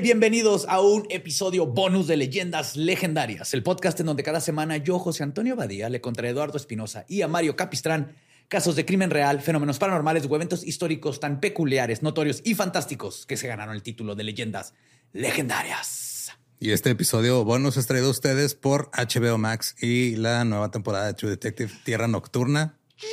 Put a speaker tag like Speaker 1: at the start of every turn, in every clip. Speaker 1: bienvenidos a un episodio bonus de Leyendas Legendarias, el podcast en donde cada semana yo, José Antonio Badía, le contaré a Eduardo Espinosa y a Mario Capistrán casos de crimen real, fenómenos paranormales o eventos históricos tan peculiares, notorios y fantásticos que se ganaron el título de Leyendas Legendarias.
Speaker 2: Y este episodio bonus es traído a ustedes por HBO Max y la nueva temporada de True Detective Tierra Nocturna.
Speaker 1: Yes.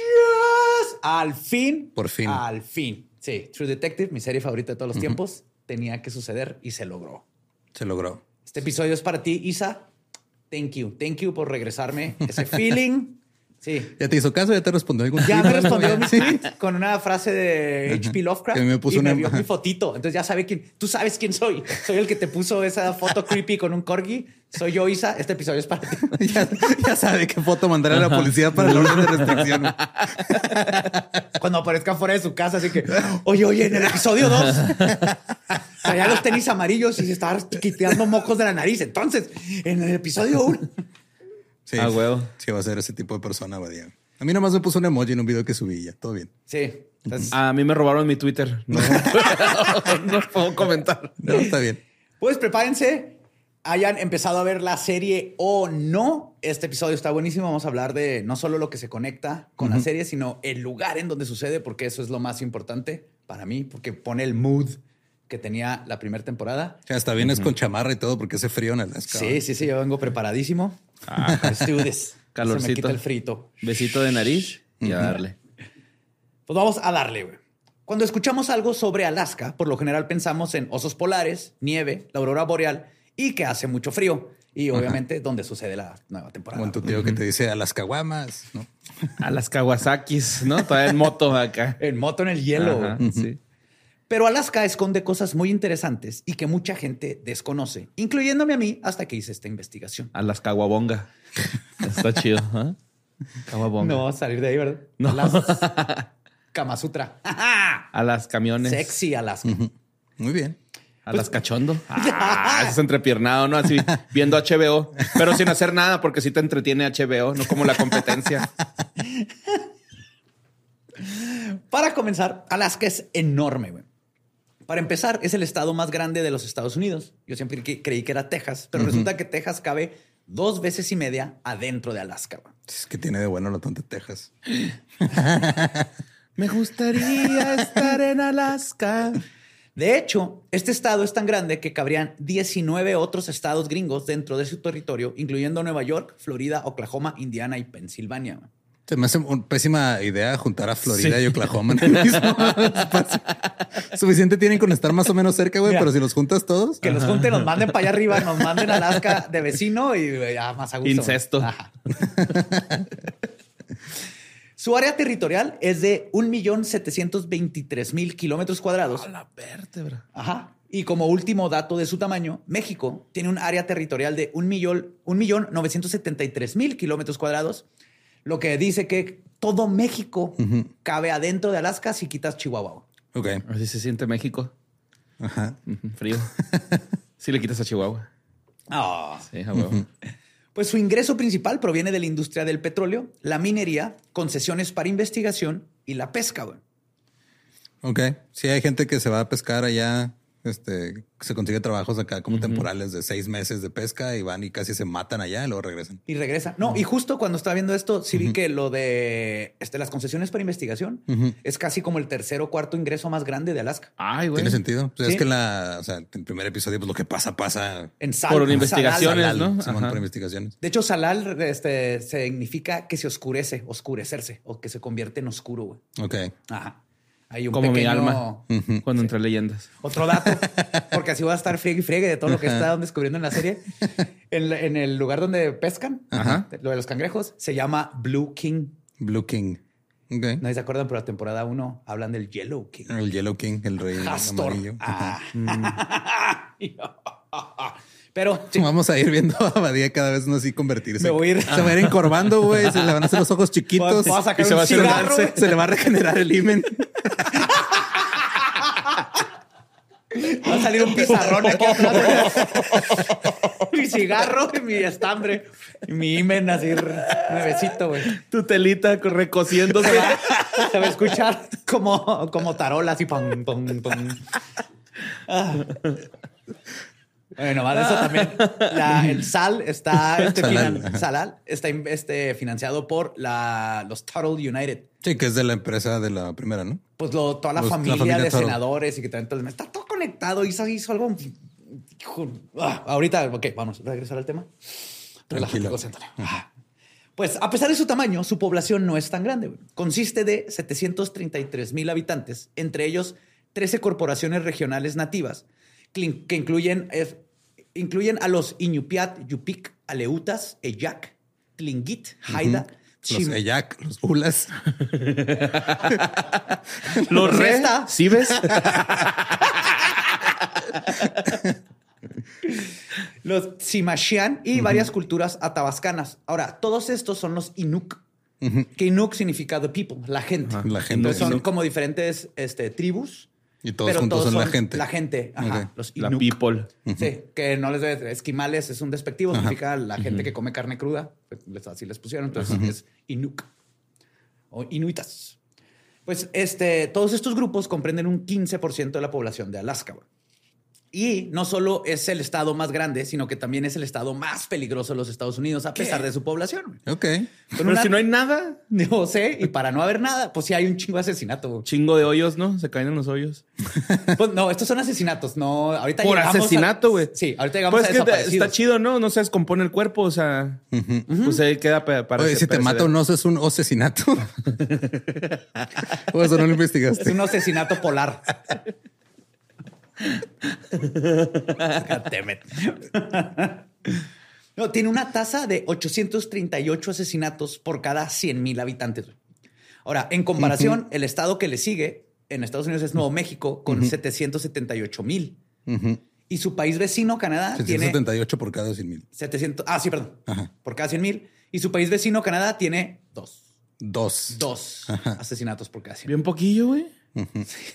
Speaker 1: Al fin.
Speaker 2: Por fin.
Speaker 1: Al fin. Sí, True Detective, mi serie favorita de todos los uh -huh. tiempos tenía que suceder y se logró.
Speaker 2: Se logró.
Speaker 1: Este episodio es para ti, Isa. Thank you. Thank you por regresarme ese feeling. Sí.
Speaker 2: Ya te hizo caso, ya te respondió algún
Speaker 1: Pues Ya me respondió mi tweet con una frase de H.P. Lovecraft.
Speaker 2: Que me puso
Speaker 1: y
Speaker 2: una...
Speaker 1: me vio mi fotito. Entonces ya sabe quién. Tú sabes quién soy. Soy el que te puso esa foto creepy con un corgi. Soy yo, Isa. Este episodio es para ti.
Speaker 2: ya, ya sabe qué foto mandar a la policía para el orden de restricción.
Speaker 1: Cuando aparezca fuera de su casa, así que, oye, oye, en el episodio 2 traía los tenis amarillos y se estaba quitando mocos de la nariz. Entonces, en el episodio 1.
Speaker 2: Sí, ah, huevo. Sí, va a ser ese tipo de persona, Badía. A mí nomás me puso un emoji en un video que subí ya. Todo bien.
Speaker 1: Sí.
Speaker 3: Entonces... A mí me robaron mi Twitter. No, no puedo comentar.
Speaker 2: No, está bien.
Speaker 1: Pues prepárense. Hayan empezado a ver la serie o no. Este episodio está buenísimo. Vamos a hablar de no solo lo que se conecta con uh -huh. la serie, sino el lugar en donde sucede, porque eso es lo más importante para mí, porque pone el mood que tenía la primera temporada.
Speaker 2: O sea, hasta vienes uh -huh. con chamarra y todo porque hace frío en Alaska.
Speaker 1: Sí, sí, sí. Yo vengo preparadísimo. Ah, Let's Calorcito. Se me quita el frito.
Speaker 3: Besito de nariz y a darle.
Speaker 1: Pues vamos a darle, güey. Cuando escuchamos algo sobre Alaska, por lo general pensamos en osos polares, nieve, la aurora boreal y que hace mucho frío. Y obviamente Ajá. donde sucede la nueva temporada.
Speaker 2: Con tu tío uh -huh. que te dice a las caguamas, ¿no?
Speaker 3: A las kawasakis, ¿no? Todavía en moto acá.
Speaker 1: en moto en el hielo.
Speaker 3: Ajá, uh -huh. Sí.
Speaker 1: Pero Alaska esconde cosas muy interesantes y que mucha gente desconoce, incluyéndome a mí hasta que hice esta investigación.
Speaker 3: Alaska guabonga. Está chido. ¿eh?
Speaker 1: Caguabonga. No, salir de ahí, ¿verdad? No. Las... Kama Sutra.
Speaker 3: a las camiones.
Speaker 1: Sexy Alaska. Uh -huh.
Speaker 2: Muy bien.
Speaker 3: A pues... las cachondo. Ah, eso es entrepiernado, ¿no? Así viendo HBO, pero sin hacer nada porque sí te entretiene HBO, no como la competencia.
Speaker 1: Para comenzar, Alaska es enorme, güey. Para empezar, es el estado más grande de los Estados Unidos. Yo siempre cre creí que era Texas, pero uh -huh. resulta que Texas cabe dos veces y media adentro de Alaska. Man.
Speaker 2: Es que tiene de bueno la tonta Texas.
Speaker 3: Me gustaría estar en Alaska.
Speaker 1: De hecho, este estado es tan grande que cabrían 19 otros estados gringos dentro de su territorio, incluyendo Nueva York, Florida, Oklahoma, Indiana y Pensilvania. Man.
Speaker 2: Se me hace una pésima idea juntar a Florida sí. y Oklahoma en el mismo espacio. Suficiente tienen con estar más o menos cerca, güey, pero si los juntas todos. ah.
Speaker 1: Que los junten, nos manden para allá arriba, nos manden a Alaska de vecino y ya más a gusto.
Speaker 3: Incesto.
Speaker 1: Su área territorial es de 1.723.000 kilómetros cuadrados.
Speaker 3: A la vértebra.
Speaker 1: Ajá. Y como último dato de su tamaño, México tiene un área territorial de 1.973.000 kilómetros cuadrados, lo que dice que todo México cabe adentro de Alaska si quitas Chihuahua.
Speaker 2: Ok.
Speaker 3: Así se siente México.
Speaker 2: Ajá.
Speaker 3: Ujú, Frío. Si le quitas a Chihuahua.
Speaker 1: Ah.
Speaker 3: Sí, a huevo.
Speaker 1: Pues su ingreso principal proviene de la industria del petróleo, la minería, concesiones para investigación y la pesca. güey.
Speaker 2: Ok. Sí, hay gente que se va a pescar allá. Este se consigue trabajos acá como temporales de seis meses de pesca y van y casi se matan allá y luego regresan.
Speaker 1: Y regresa. No, y justo cuando estaba viendo esto, sí vi que lo de este, las concesiones para investigación
Speaker 2: Ujú.
Speaker 1: es casi como el tercer o cuarto ingreso más grande de Alaska.
Speaker 3: Ay, güey.
Speaker 2: Tiene sentido. Pues
Speaker 1: Sí.
Speaker 2: Es que la, o sea, en el primer episodio, pues lo que pasa, pasa.
Speaker 1: En sal,
Speaker 3: Por
Speaker 1: en
Speaker 3: investigaciones,
Speaker 1: salal.
Speaker 3: ¿no?
Speaker 2: Simón,
Speaker 3: Ajá.
Speaker 2: por investigaciones.
Speaker 1: De hecho, salal este, significa que se oscurece, oscurecerse o que se convierte en oscuro. güey.
Speaker 2: Ok.
Speaker 1: Ajá. Hay un
Speaker 3: Como mi
Speaker 1: pequeño-
Speaker 3: alma. Cuando entré a leyendas.
Speaker 1: Otro dato, porque así voy a estar friegue y friegue de todo lo que están descubriendo en la serie. En, la- en el lugar donde pescan,
Speaker 2: Ajá.
Speaker 1: lo de los cangrejos, se llama Blue King.
Speaker 2: Blue King. Ok.
Speaker 1: No sé si se acuerdan, pero la temporada 1 hablan del Yellow King.
Speaker 2: El Yellow King, Mm, el rey
Speaker 1: Castor.
Speaker 2: amarillo.
Speaker 1: Ah. pero sí,
Speaker 2: Vamos a ir viendo a Badía cada vez no así convertirse.
Speaker 1: Me voy a ir.
Speaker 2: Se va a ir encorvando, güey. Se le van a hacer los ojos
Speaker 1: Voy a-
Speaker 2: chiquitos.
Speaker 1: voy a sacar
Speaker 2: y se
Speaker 1: un
Speaker 2: va a hacer
Speaker 1: cigarro,
Speaker 2: se-
Speaker 1: güey.
Speaker 2: se le va a regenerar el imen.
Speaker 1: va a salir un pizarrón aquí atrás. mi cigarro, y mi estambre, y mi imen así nuevecito, güey.
Speaker 3: Tu telita recociéndose.
Speaker 1: Se va, se va a escuchar como, como tarola, así pum, pum, pum. Ah. Bueno, más de eso también. la- el SAL está, este
Speaker 2: Salal,
Speaker 1: finan-
Speaker 2: ajá.
Speaker 1: Salal está este, financiado por la, los Tuttle United.
Speaker 2: Sí, que es de la empresa de la primera, ¿no?
Speaker 1: Pues lo- toda la,
Speaker 2: Los- la
Speaker 1: familia
Speaker 2: familia
Speaker 1: de
Speaker 2: Tuttle.
Speaker 1: senadores y que también todo el- está todo conectado. Hizo, hizo algo. hijo, ah, ahorita, ok, vamos a regresar al tema. Relájate,
Speaker 2: Tranquilo.
Speaker 1: concéntrate. Ah. Pues a pesar de su tamaño, su población no es tan grande. güey. Consiste de 733 mil habitantes, entre ellos 13 corporaciones regionales nativas, que in- que incluyen, eh, incluyen a los Iñupiat, Yupik, Aleutas, Eyak, Tlingit, Haida,
Speaker 2: Los
Speaker 1: Chim-
Speaker 2: Eyak, los Ulas.
Speaker 3: Los
Speaker 1: Pues
Speaker 3: re.
Speaker 1: esta.
Speaker 3: ¿Sí ves?
Speaker 1: los Simashian y varias culturas atabascanas. Ahora, todos estos son los Inuk, que Inuk significa the people, la gente.
Speaker 2: Ajá, la gente,
Speaker 1: Entonces son
Speaker 2: Inuk.
Speaker 1: como diferentes este, tribus.
Speaker 2: Y todos juntos son la gente.
Speaker 1: La gente, ajá,
Speaker 2: Ok.
Speaker 1: los
Speaker 3: La
Speaker 1: Inuk.
Speaker 3: people.
Speaker 1: Sí, que no les debe esquimales, es un despectivo, significa la gente que come carne cruda, pues, les- así les pusieron, entonces es Inuk o Inuitas. Pues este, todos estos grupos comprenden un 15% de la población de Alaska. güey. Y no solo es el estado más grande, sino que también es el estado más peligroso de los Estados Unidos a pesar de su población. güey.
Speaker 2: Ok.
Speaker 1: Con
Speaker 3: Pero
Speaker 1: una-
Speaker 3: si no hay nada,
Speaker 1: no sé, y para no haber nada, pues sí hay un chingo de asesinato. güey.
Speaker 3: chingo de hoyos, ¿no? Se caen en los hoyos.
Speaker 1: Pues no, estos son asesinatos, no. Ahorita
Speaker 3: Por
Speaker 1: llegamos a-
Speaker 3: asesinato, güey.
Speaker 1: Sí, ahorita llegamos
Speaker 3: Pues
Speaker 1: a
Speaker 3: es que te-
Speaker 1: desaparecidos.
Speaker 3: está chido, ¿no? No se descompone el cuerpo, o sea, pues ahí queda pa- para.
Speaker 2: Oye, si te mata o no, eso es un asesinato. o eso no
Speaker 1: Es
Speaker 2: lo investigaste.
Speaker 1: un asesinato polar. God damn it. No, tiene una tasa de 838 asesinatos por cada 100 mil habitantes. Ahora, en comparación, el estado que le sigue en Estados Unidos es Nuevo México con 778 mil. Y su país vecino, Canadá, tiene
Speaker 2: 778 por cada 100 mil.
Speaker 1: 700. Ah, sí, perdón.
Speaker 2: Ajá.
Speaker 1: Por cada 100 mil. Y su país vecino, Canadá, tiene dos.
Speaker 2: Dos.
Speaker 1: Dos asesinatos por cada 100
Speaker 3: Bien poquillo, güey.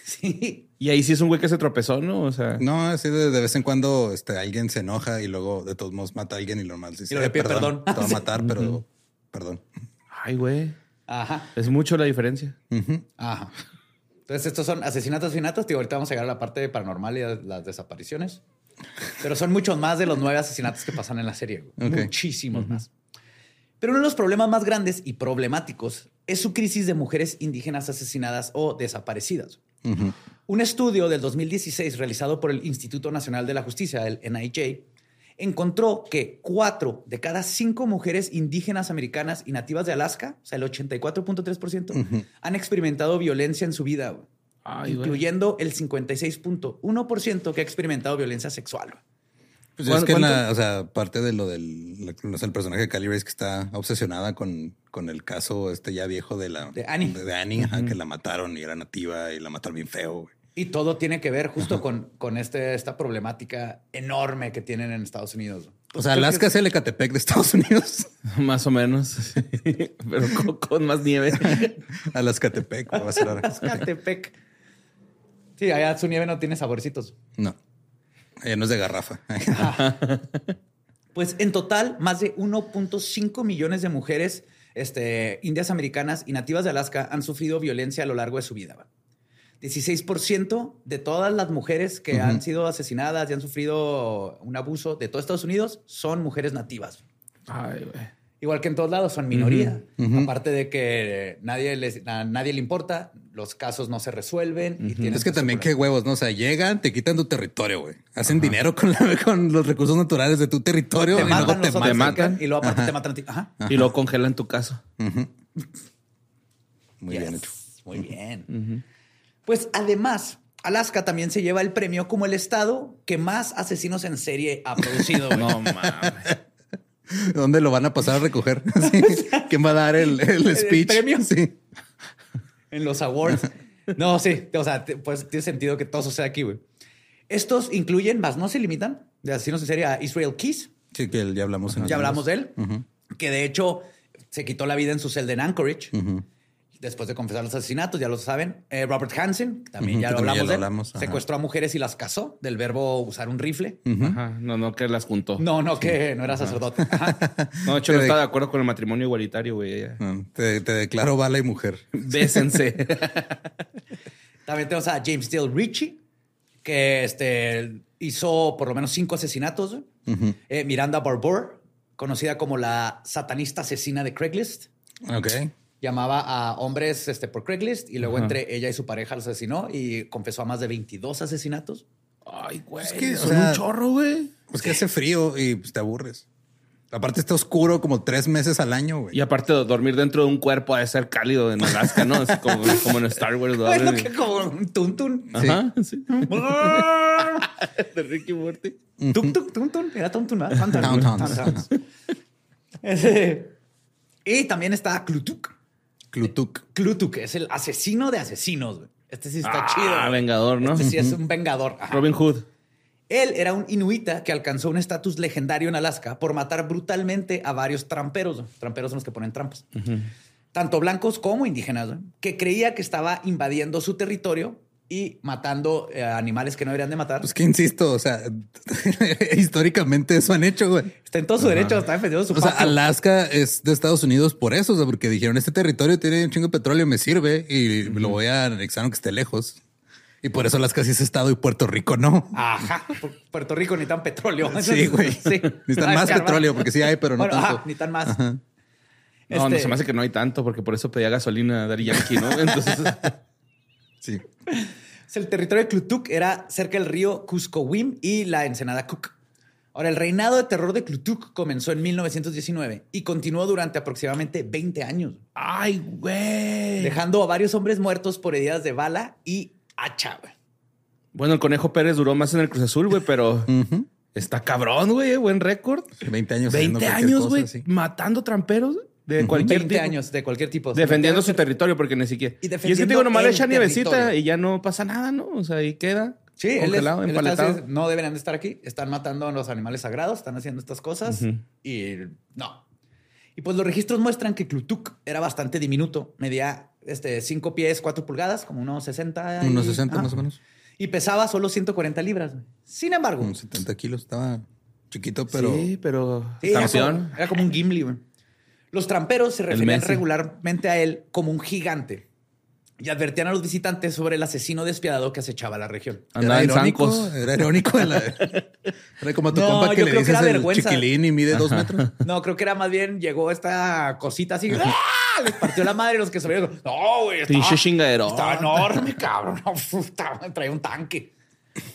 Speaker 1: Sí.
Speaker 3: Y ahí sí es un güey que se tropezó, ¿no? O sea,
Speaker 2: No, así de, de vez en cuando este, alguien se enoja y luego de todos modos mata a alguien y lo normal. "Eh,
Speaker 1: Y luego le pide perdón.
Speaker 2: Te va a matar, pero perdón.
Speaker 3: ay, güey.
Speaker 1: Ajá.
Speaker 3: Es mucho la diferencia.
Speaker 1: Ajá. Entonces, estos son asesinatos, asesinatos. Digo, ahorita vamos a llegar a la parte de paranormal y a las desapariciones. Pero son muchos más de los nueve asesinatos que pasan en la serie. güey.
Speaker 2: Ok.
Speaker 1: Muchísimos más. Pero uno de los problemas más grandes y problemáticos es su crisis de mujeres indígenas asesinadas o desaparecidas. Un estudio del 2016 realizado por el Instituto Nacional de la Justicia, el NIJ, encontró que cuatro de cada cinco mujeres indígenas americanas y nativas de Alaska, o sea, el 84.3%, han experimentado violencia en su vida, güey,
Speaker 3: Ay, güey.
Speaker 1: incluyendo el 56.1% que ha experimentado violencia sexual. güey.
Speaker 2: Pues es
Speaker 3: ¿Cuán-
Speaker 2: que en la, o sea, parte de lo del la- o sea, el personaje de Cali Race que está obsesionada con, con el caso este ya viejo de la
Speaker 1: De Annie.
Speaker 2: de, de Annie, ajá, que la mataron y era nativa y la mataron bien feo. güey.
Speaker 1: Y todo tiene que ver justo con, con este, esta problemática enorme que tienen en Estados Unidos.
Speaker 2: O sea, Alaska es el Ecatepec de Estados Unidos.
Speaker 3: Más o menos. Pero con, con más nieve.
Speaker 2: Alaskatepec. va a ser ahora.
Speaker 1: Azcatepec. Sí, allá su nieve no tiene saborcitos.
Speaker 2: No. Allá no es de garrafa.
Speaker 1: Pues en total, más de 1.5 millones de mujeres este, indias americanas y nativas de Alaska han sufrido violencia a lo largo de su vida. va. 16% de todas las mujeres que han sido asesinadas y han sufrido un abuso de todo Estados Unidos son mujeres nativas.
Speaker 3: Ay, güey.
Speaker 1: Igual que en todos lados, son minoría. Aparte de que nadie, les, a nadie le importa, los casos no se resuelven. y tienen
Speaker 2: Es que también
Speaker 1: superar.
Speaker 2: qué huevos, ¿no? O sea, llegan, te quitan tu territorio, güey. Hacen dinero con, la- con los recursos naturales de tu territorio
Speaker 1: Te
Speaker 2: y luego
Speaker 1: matan,
Speaker 2: te
Speaker 1: los
Speaker 2: matan.
Speaker 1: otros
Speaker 3: matan.
Speaker 1: sacan Y luego aparte te matan a ti. Ajá.
Speaker 3: Y lo congela en tu casa.
Speaker 2: Muy bien hecho.
Speaker 1: Yes, Muy bien. Pues además, Alaska también se lleva el premio como el estado que más asesinos en serie ha producido. güey.
Speaker 3: No mames.
Speaker 2: ¿Dónde lo van a pasar a recoger? Sí. ¿Quién va a dar el, el
Speaker 1: ¿El
Speaker 2: speech?
Speaker 1: premio?
Speaker 2: Sí.
Speaker 1: en los awards. No, sí, o sea, te- pues tiene sentido que todo suceda aquí, güey. Estos incluyen, más no se limitan, de asesinos en serie a Israel Keys,
Speaker 2: Sí, que el- ya hablamos. en
Speaker 1: ya
Speaker 2: el-
Speaker 1: hablamos de él, que de hecho se quitó la vida en su celda en Anchorage. Después de confesar los asesinatos, ya lo saben. Eh, Robert Hansen, que también
Speaker 2: Ujú,
Speaker 1: ya
Speaker 2: que
Speaker 1: lo
Speaker 2: también
Speaker 1: hablamos.
Speaker 2: ya lo
Speaker 1: de él,
Speaker 2: hablamos, ajá.
Speaker 1: Secuestró a mujeres y las casó, del verbo usar un rifle.
Speaker 3: Ajá. No, no, que las juntó. No,
Speaker 1: No, no, que no era sacerdote. Ajá.
Speaker 3: de
Speaker 2: Te
Speaker 3: hecho, no
Speaker 2: de-
Speaker 3: está de acuerdo con el matrimonio igualitario, güey. ella.
Speaker 2: Mm, Te, te declaro bala y mujer.
Speaker 3: Bésense.
Speaker 1: También tenemos a James Dale Ritchie, que este, hizo por lo menos cinco asesinatos. güey. Eh, Miranda Barbour, conocida como la satanista asesina de Craigslist.
Speaker 2: Ok.
Speaker 1: Llamaba a hombres este, por Craigslist y luego entre ella y su pareja los asesinó y confesó a más de 22 asesinatos.
Speaker 3: Ay, güey.
Speaker 2: Es que, o
Speaker 3: son
Speaker 2: sea-
Speaker 3: un chorro, güey.
Speaker 2: Pues que hace frío y pues, te aburres. Aparte está oscuro como tres meses al año, güey.
Speaker 3: Y aparte de dormir dentro de un cuerpo ha de ser cálido en Alaska, ¿no? Así como, como en Star Wars. ¿no?
Speaker 1: Bueno, que como un tun tun.
Speaker 3: Ajá, sí. De Ricky Morty.
Speaker 1: Tum, tum, tum, tum. Era tum, tum, ¿verdad? Tan, tan,
Speaker 2: Tan, tan.
Speaker 1: tan, tan. Ese. Y también está Klutuk.
Speaker 2: Clutuk.
Speaker 1: Klutuk es el asesino de asesinos. güey. Este sí está
Speaker 3: Ah,
Speaker 1: chido. güey.
Speaker 3: vengador, ¿no?
Speaker 1: Este sí es un vengador. Ajá.
Speaker 3: Robin Hood.
Speaker 1: Él era un inuita que alcanzó un estatus legendario en Alaska por matar brutalmente a varios tramperos. güey. Tramperos son los que ponen trampas. Tanto blancos como indígenas, güey, que creía que estaba invadiendo su territorio y matando eh, animales que no deberían de matar.
Speaker 2: Pues que insisto, o sea, históricamente eso han hecho, güey.
Speaker 1: está en todo su derecho, está defendiendo su
Speaker 2: O sea,
Speaker 1: patio.
Speaker 2: Alaska es de Estados Unidos por eso, o sea, porque dijeron, este territorio tiene un chingo de petróleo, me sirve y lo voy a anexar aunque esté lejos. Y por eso Alaska sí es estado y Puerto Rico no.
Speaker 1: Ajá, Pu- Puerto Rico ni tan petróleo.
Speaker 2: Sí, güey.
Speaker 1: Sí.
Speaker 2: Necesitan
Speaker 1: Ah,
Speaker 2: más
Speaker 1: escarbar.
Speaker 2: petróleo, porque sí hay, pero no
Speaker 1: Bueno,
Speaker 2: tanto.
Speaker 1: ajá, ni tan más.
Speaker 3: No, no,
Speaker 1: Este-
Speaker 3: se me hace que no hay tanto, porque por eso pedía gasolina a Daddy Yankee, ¿no? Entonces,
Speaker 2: Sí.
Speaker 1: O sea, El territorio de Clutuk era cerca del río Cuscowim y la ensenada Cook. Ahora, el reinado de terror de Clutuk comenzó en 1919 y continuó durante aproximadamente 20 años,
Speaker 3: ay, güey.
Speaker 1: dejando a varios hombres muertos por heridas de bala y hacha. güey.
Speaker 3: Bueno, el conejo Pérez duró más en el Cruz Azul, güey, pero
Speaker 1: Mm.
Speaker 3: está cabrón, güey. eh, Buen récord.
Speaker 2: 20 años. haciendo
Speaker 3: 20
Speaker 2: cualquier
Speaker 3: años,
Speaker 2: cosa,
Speaker 3: güey,
Speaker 2: sí.
Speaker 3: matando tramperos de cualquier
Speaker 1: 20
Speaker 3: tipo.
Speaker 1: años de cualquier tipo.
Speaker 3: Defendiendo su territorio, porque ni
Speaker 1: Y
Speaker 3: siquiera. Y, es que
Speaker 1: defendiendo
Speaker 3: digo, nomás le
Speaker 1: el
Speaker 3: echa nievecita
Speaker 1: territorio.
Speaker 3: y ya no pasa nada, ¿no? O sea, ahí queda.
Speaker 1: Sí, él es-
Speaker 3: congelado,
Speaker 1: él está
Speaker 3: empaletado.
Speaker 1: así, no deberían de estar aquí. Están matando a los animales sagrados, están haciendo estas cosas y no. Y pues los registros muestran que Clutuk era bastante diminuto, medía este, 5 pies, 4 pulgadas, como unos 60. y-
Speaker 2: Unos 60
Speaker 1: ajá.
Speaker 2: más o menos.
Speaker 1: Y pesaba solo 140 libras. güey. Sin embargo,
Speaker 2: Unos 70 kilos. Estaba chiquito, pero...
Speaker 3: sí, pero.
Speaker 1: sí, era, como,
Speaker 3: campeón.
Speaker 1: era como un Gimli. güey. Los tramperos se referían
Speaker 3: Messi.
Speaker 1: regularmente a él como un gigante y advertían a los visitantes sobre el asesino despiadado que acechaba la región.
Speaker 3: Andaba
Speaker 2: era
Speaker 3: en
Speaker 2: irónico,
Speaker 3: zancos.
Speaker 2: era irónico. de la- era como a tu
Speaker 1: No,
Speaker 2: compa que
Speaker 1: yo
Speaker 2: le
Speaker 1: creo que
Speaker 2: dices
Speaker 1: era
Speaker 2: el
Speaker 1: vergüenza.
Speaker 2: chiquilín y mide dos metros.
Speaker 1: No, creo que era más bien llegó esta cosita así. ¡ah! Les partió la madre los que sobrevivieron. No, güey. estaba-
Speaker 3: Pinche chingadero.
Speaker 1: Estaba enorme, cabrón. Estaba- Traía un tanque.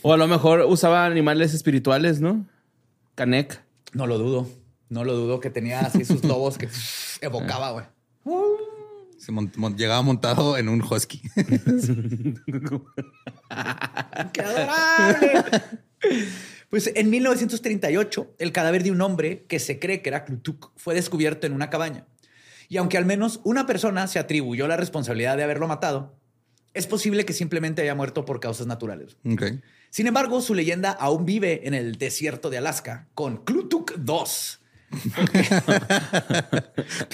Speaker 3: O a lo mejor usaba animales espirituales, ¿no? Canek.
Speaker 1: No lo dudo. No lo dudo que tenía así sus lobos que evocaba, güey.
Speaker 2: Se mon- mon- llegaba montado en un husky.
Speaker 1: ¡Qué adorable! Pues en 1938, el cadáver de un hombre que se cree que era Klutuk fue descubierto en una cabaña. Y aunque al menos una persona se atribuyó la responsabilidad de haberlo matado, es posible que simplemente haya muerto por causas naturales.
Speaker 2: Ok.
Speaker 1: Sin embargo, su leyenda aún vive en el desierto de Alaska con Klutuk II.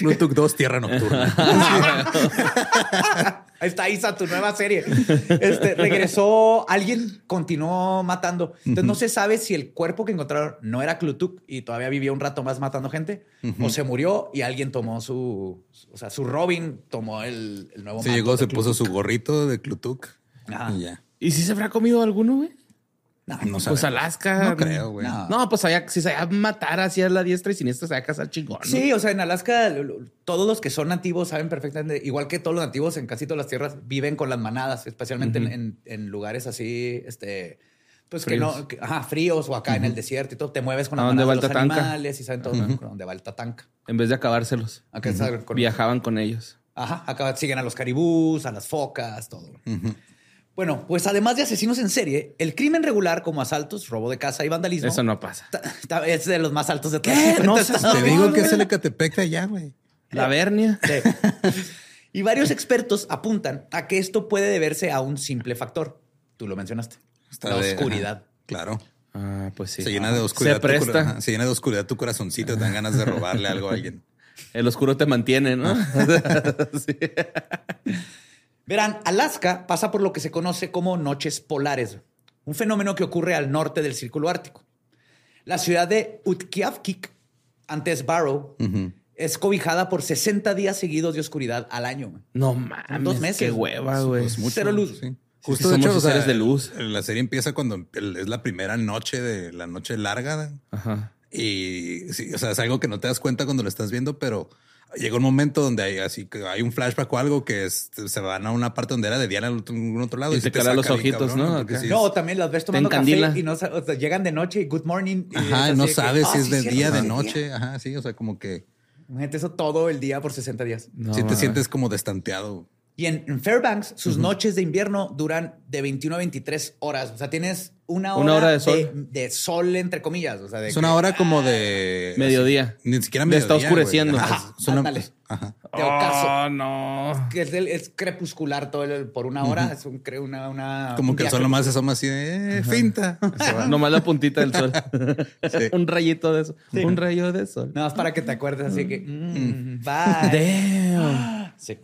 Speaker 2: Bluetooth 2, tierra nocturna.
Speaker 1: Ahí está Isa, tu nueva serie. Este, regresó, alguien continuó matando. Entonces no se sabe si el cuerpo que encontraron no era Klutuk y todavía vivía un rato más matando gente o se murió y alguien tomó su, o sea, su Robin tomó el, el
Speaker 3: Oh,
Speaker 1: nuevo
Speaker 2: Se
Speaker 1: manto
Speaker 2: llegó,
Speaker 1: de
Speaker 2: se
Speaker 1: Klutuk.
Speaker 2: puso su gorrito de Clutuc.
Speaker 1: Ajá.
Speaker 3: Ah.
Speaker 2: Y ya.
Speaker 3: ¿Y si se habrá comido alguno, güey?
Speaker 2: No, no
Speaker 3: Pues
Speaker 2: sabemos.
Speaker 3: Alaska.
Speaker 2: No creo, güey.
Speaker 1: No.
Speaker 3: No, pues allá, si se va a matar así a la diestra y siniestra, se va a casar chingón. ¿no?
Speaker 1: Sí, o sea, en Alaska lo- lo- todos los que son nativos saben perfectamente, igual que todos los nativos en casi todas las tierras viven con las manadas, especialmente en- en, en lugares así, este, pues que no,
Speaker 3: Fríos.
Speaker 1: que- ajá, fríos o acá en el desierto y todo, te mueves con
Speaker 3: ¿A
Speaker 1: las
Speaker 3: dónde
Speaker 1: manadas
Speaker 3: va
Speaker 1: de
Speaker 3: el
Speaker 1: los
Speaker 3: tatanca?
Speaker 1: animales y saben todo con dónde va el tatanca.
Speaker 3: En vez de acabárselos.
Speaker 1: Acá está con-
Speaker 3: Viajaban con ellos.
Speaker 1: Ajá, acá siguen a los caribús, a las focas, todo. Bueno, pues además de asesinos en serie, el crimen regular como asaltos, robo de casa y vandalismo
Speaker 3: Eso no pasa.
Speaker 1: ta- ta- es de los más altos de todos. No,
Speaker 2: Te digo que es el Ecatepec de allá, güey.
Speaker 3: La vernia.
Speaker 1: Sí. Y varios expertos apuntan a que esto puede deberse a un simple factor. Tú lo mencionaste.
Speaker 2: Está
Speaker 1: la
Speaker 2: de-
Speaker 1: oscuridad.
Speaker 2: ajá, claro.
Speaker 3: Ah, pues sí.
Speaker 2: Se llena de oscuridad.
Speaker 3: Se
Speaker 2: tu cora-
Speaker 3: presta.
Speaker 2: ajá, se llena de oscuridad tu corazoncito. Te dan ganas de robarle algo a alguien.
Speaker 3: El oscuro te mantiene, ¿no? Sí.
Speaker 1: Verán, Alaska pasa por lo que se conoce como noches polares, un fenómeno que ocurre al norte del Círculo Ártico. La ciudad de Utqiagvik, antes Barrow, es cobijada por 60 días seguidos de oscuridad al año.
Speaker 3: No mames.
Speaker 1: Dos meses.
Speaker 3: Qué hueva, güey.
Speaker 2: Pues mucho,
Speaker 1: Cero luz.
Speaker 2: sí.
Speaker 3: Sí,
Speaker 2: Justo
Speaker 3: sí,
Speaker 2: de hecho,
Speaker 3: somos
Speaker 2: o sea,
Speaker 3: seres de luz.
Speaker 2: La serie empieza cuando el- es la primera noche de la noche larga.
Speaker 3: Ajá.
Speaker 2: Y sí, o sea, es algo que no te das cuenta cuando lo estás viendo, pero llega un momento donde hay así que hay un flashback o algo que es- se van a una parte donde era de día a algún otro lado
Speaker 3: Y
Speaker 2: y,
Speaker 3: te
Speaker 2: sí
Speaker 3: cala
Speaker 2: saca
Speaker 3: los
Speaker 2: bien
Speaker 3: ojitos,
Speaker 2: cabrón,
Speaker 3: ¿no?
Speaker 2: porque
Speaker 3: Acá.
Speaker 2: sí es-
Speaker 1: No, también las ves tomando
Speaker 3: encandila.
Speaker 1: café y no sa- o sea, llegan de noche y good morning. y
Speaker 2: Ajá,
Speaker 1: es
Speaker 2: no
Speaker 1: así de que,
Speaker 2: sabes
Speaker 1: "Ah,
Speaker 2: si es
Speaker 1: sí,
Speaker 2: de
Speaker 1: cierto,
Speaker 2: día,
Speaker 1: es
Speaker 2: de
Speaker 1: de
Speaker 2: noche. Ajá, sí, o sea, como que
Speaker 1: Imagínate eso todo el día por 60 días.
Speaker 3: No
Speaker 2: sí te
Speaker 3: mames.
Speaker 2: sientes como destanteado.
Speaker 1: Y en, en Fairbanks, sus noches de invierno duran de 21 a 23 horas. O sea, tienes una hora,
Speaker 3: Una hora de sol.
Speaker 1: De, sol, entre comillas. O sea, de
Speaker 2: Es
Speaker 1: que-
Speaker 2: una hora como de
Speaker 3: "Ah, Mediodía.
Speaker 2: Ni siquiera
Speaker 3: Ya
Speaker 2: mediodía.
Speaker 3: está
Speaker 2: güey.
Speaker 3: oscureciendo.
Speaker 2: Ajá, es una-
Speaker 1: ándale.
Speaker 2: ajá.
Speaker 1: de ocaso.
Speaker 3: Oh, no.
Speaker 1: Que es, el- es crepuscular todo el- por una hora. Es un, cre- una, una-
Speaker 2: Como
Speaker 1: Ah, un pues.
Speaker 2: que el
Speaker 1: día
Speaker 2: sol nomás se asoma así de eh, finta. Se va.
Speaker 3: Nomás la puntita del sol.
Speaker 2: Sí.
Speaker 3: Un rayito de sol. Un rayo de sol.
Speaker 1: Nada más para que te acuerdes. Así que, mm, bye.
Speaker 3: Damn.
Speaker 1: Sí.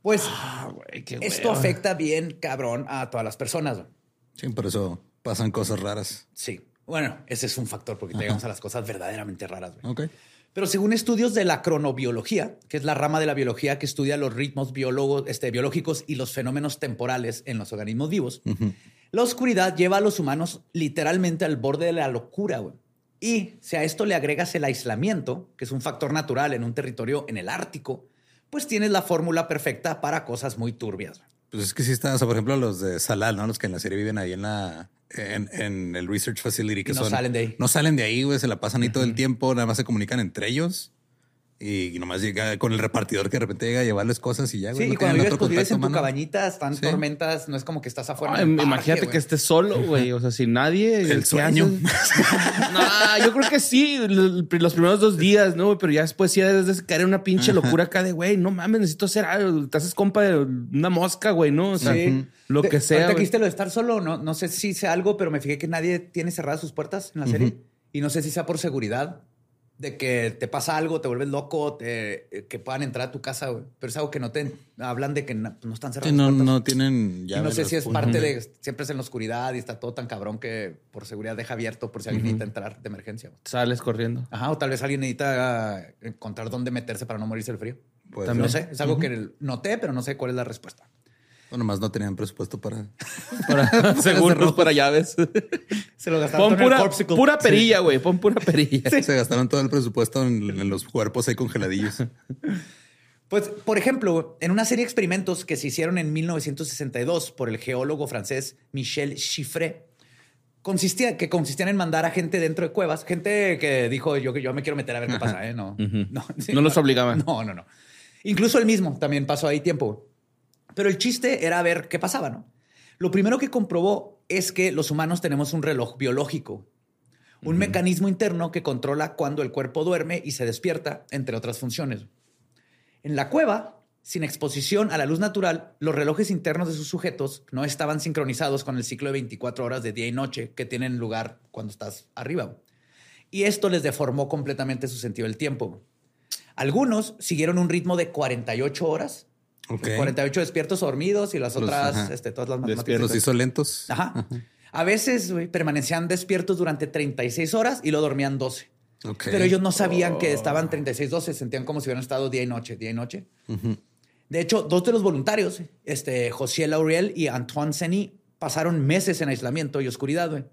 Speaker 1: Pues
Speaker 3: Ah, güey, qué
Speaker 1: esto
Speaker 3: hueva.
Speaker 1: afecta bien cabrón a todas las personas. güey.
Speaker 2: Sí, por eso pasan cosas raras.
Speaker 1: Sí. Bueno, ese es un factor porque llegamos a las cosas verdaderamente raras. güey.
Speaker 2: Ok.
Speaker 1: Pero según estudios de la cronobiología, que es la rama de la biología que estudia los ritmos biólogo- este, biológicos y los fenómenos temporales en los organismos vivos, la oscuridad lleva a los humanos literalmente al borde de la locura. güey. Y si a esto le agregas el aislamiento, que es un factor natural en un territorio en el Ártico, pues tienes la fórmula perfecta para cosas muy turbias. güey.
Speaker 2: Pues es que sí está, o sea, por ejemplo, los de Salal, ¿no? Los que en la serie viven ahí en la en, en el Research Facility que
Speaker 1: Y no
Speaker 2: son-
Speaker 1: salen de ahí.
Speaker 2: No salen de ahí, güey, se la pasan ahí todo el tiempo, nada más se comunican entre ellos y nomás llega con el repartidor que de repente llega a llevarles cosas y ya, Eh, güey.
Speaker 1: Sí,
Speaker 2: no
Speaker 1: y cuando
Speaker 2: tienen
Speaker 1: vives,
Speaker 2: otro
Speaker 1: pues, vives
Speaker 2: contacto
Speaker 1: en tu
Speaker 2: humano.
Speaker 1: cabañita, están
Speaker 2: Sí.
Speaker 1: tormentas, no es como que estás afuera.
Speaker 3: Ay,
Speaker 1: en el parque,
Speaker 3: imagínate que
Speaker 1: güey.
Speaker 3: estés solo, güey. O sea, sin nadie.
Speaker 2: El
Speaker 3: ¿qué
Speaker 2: sueño.
Speaker 3: haces? no, yo creo que sí. l- Los primeros dos días, ¿no? Pero ya después sí debes de caer en una pinche locura acá de, güey, no mames, necesito hacer algo. Te haces compa de una mosca, güey, ¿no? O sea,
Speaker 1: Sí.
Speaker 3: lo
Speaker 1: Te-
Speaker 3: que sea.
Speaker 1: ahorita que
Speaker 3: güey.
Speaker 1: dijiste lo de estar solo, no, no sé si sea algo, pero me fijé que nadie tiene cerradas sus puertas en la serie. Y no sé si sea por seguridad de que te pasa algo, te vuelves loco, te- eh, que puedan entrar a tu casa, güey. Pero es algo que no te hablan de que na- pues, no están
Speaker 2: Sí,
Speaker 1: cerradas
Speaker 2: no,
Speaker 1: sus puertas.
Speaker 2: no tienen
Speaker 1: y
Speaker 2: llave
Speaker 1: no sé
Speaker 2: los
Speaker 1: si es
Speaker 2: puntos.
Speaker 1: parte de siempre es en la oscuridad y está todo tan cabrón que por seguridad deja abierto por si alguien necesita entrar de emergencia. güey.
Speaker 3: Sales corriendo.
Speaker 1: Ajá, o tal vez alguien necesita ah, encontrar dónde meterse para no morirse del frío.
Speaker 2: Pues,
Speaker 3: También.
Speaker 1: No sé, es algo que noté, pero no sé cuál es la respuesta.
Speaker 2: O nomás no tenían presupuesto para.
Speaker 3: Para, seguros, para llaves.
Speaker 1: Se lo gastaron
Speaker 3: Pon
Speaker 1: todo en el
Speaker 3: pura,
Speaker 1: popsicle.
Speaker 3: pura perilla, güey. Pon pura perilla.
Speaker 2: Se gastaron todo el presupuesto en, en los cuerpos ahí congeladillos.
Speaker 1: Pues, por ejemplo, en una serie de experimentos que se hicieron en 1962 por el geólogo francés Michel Chiffré, consistía, que consistían en mandar a gente dentro de cuevas, gente que dijo, yo, yo me quiero meter a ver qué pasa, ¿eh? No, no, sí,
Speaker 3: No los obligaban.
Speaker 1: No, no, no. Incluso él mismo también pasó ahí tiempo. Pero el chiste era ver qué pasaba, ¿no? Lo primero que comprobó es que los humanos tenemos un reloj biológico, un mecanismo interno que controla cuando el cuerpo duerme y se despierta, entre otras funciones. En la cueva, Sin exposición a la luz natural, los relojes internos de sus sujetos no estaban sincronizados con el ciclo de 24 horas de día y noche que tienen lugar cuando estás arriba. Y esto les deformó completamente su sentido del tiempo. Algunos siguieron un ritmo de 48 horas,
Speaker 2: Ok.
Speaker 1: los 48 despiertos o dormidos y las
Speaker 2: Los,
Speaker 1: otras,
Speaker 2: ajá.
Speaker 1: este, todas las
Speaker 2: Los
Speaker 1: matemáticas.
Speaker 2: hizo lentos.
Speaker 1: Ajá. A veces güey, permanecían despiertos durante 36 horas y lo dormían 12.
Speaker 2: Ok.
Speaker 1: Pero ellos no sabían que estaban 36-12, sentían como si hubieran estado día y noche, día y noche. De hecho, dos de los voluntarios, este, José Lauriel y Antoine Seni, pasaron meses en aislamiento y oscuridad. güey.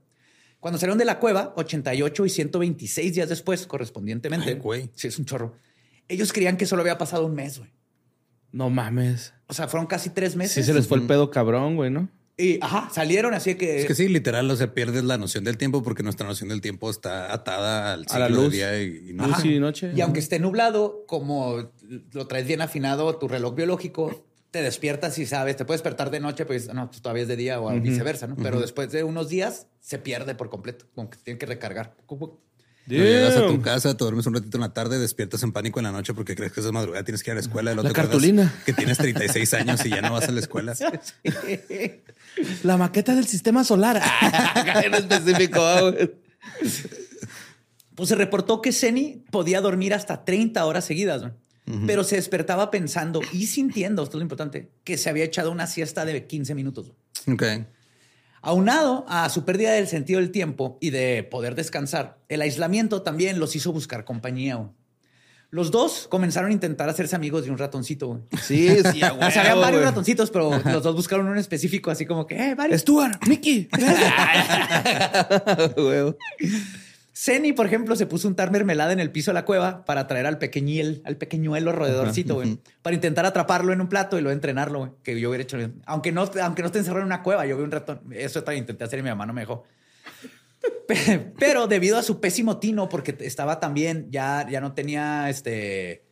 Speaker 1: Cuando salieron de la cueva, 88 y 126 días después, correspondientemente.
Speaker 2: Ay, güey.
Speaker 1: Sí, es un chorro. Ellos creían que solo había pasado un mes, güey.
Speaker 3: No mames.
Speaker 1: O sea, fueron casi tres meses.
Speaker 3: Sí se les fue el pedo cabrón, güey, ¿no?
Speaker 1: Y ajá, salieron así que.
Speaker 3: Eh,
Speaker 2: Es que sí, literal, o sea, pierdes la noción del tiempo porque nuestra noción del tiempo está atada al
Speaker 3: A
Speaker 2: ciclo
Speaker 3: la
Speaker 2: de
Speaker 3: luz.
Speaker 2: día y, y
Speaker 3: Luz
Speaker 2: noche.
Speaker 3: y noche.
Speaker 1: Y aunque esté nublado, como lo traes bien afinado tu reloj biológico, te despiertas y sabes, te puedes despertar de noche, pues no, pues, todavía es de día o viceversa, ¿no? Pero después de unos días se pierde por completo, como que tienen que recargar.
Speaker 2: Cuando Llegas a tu
Speaker 3: Damn.
Speaker 2: casa, te duermes un ratito en la tarde, despiertas en pánico en la noche porque crees que es de madrugada, tienes que ir a la escuela. y luego
Speaker 3: La
Speaker 2: te acuerdas
Speaker 3: cartulina.
Speaker 2: Que tienes 36 años y ya no vas a la escuela.
Speaker 3: La maqueta del sistema solar. en específico, güey.
Speaker 1: Pues se reportó que Seni podía dormir hasta 30 horas seguidas, ¿no? pero se despertaba pensando y sintiendo, esto es lo importante, que se había echado una siesta de 15 minutos. ¿no?
Speaker 2: Ok.
Speaker 1: Aunado a su pérdida del sentido del tiempo y de poder descansar, el aislamiento también los hizo buscar compañía. güey. Los dos comenzaron a intentar hacerse amigos de un ratoncito. güey.
Speaker 3: Sí, sí, a
Speaker 1: O sea, había
Speaker 3: huevo,
Speaker 1: varios
Speaker 3: güey.
Speaker 1: ratoncitos, pero los dos buscaron uno en específico, así como que, eh, varios.
Speaker 3: Stuart, Mickey. Huevo.
Speaker 1: Seni, por ejemplo, se puso a untar mermelada en el piso de la cueva para atraer al pequeñiel, al pequeñuelo roedorcito, güey, para intentar atraparlo en un plato y luego entrenarlo, güey, que yo hubiera hecho. Aunque no, aunque no esté encerrado en una cueva, yo vi un ratón. Eso también intenté hacer y mi mamá no me dejó. Pe- Pero debido a su pésimo tino, porque estaba también, ya, ya no tenía este.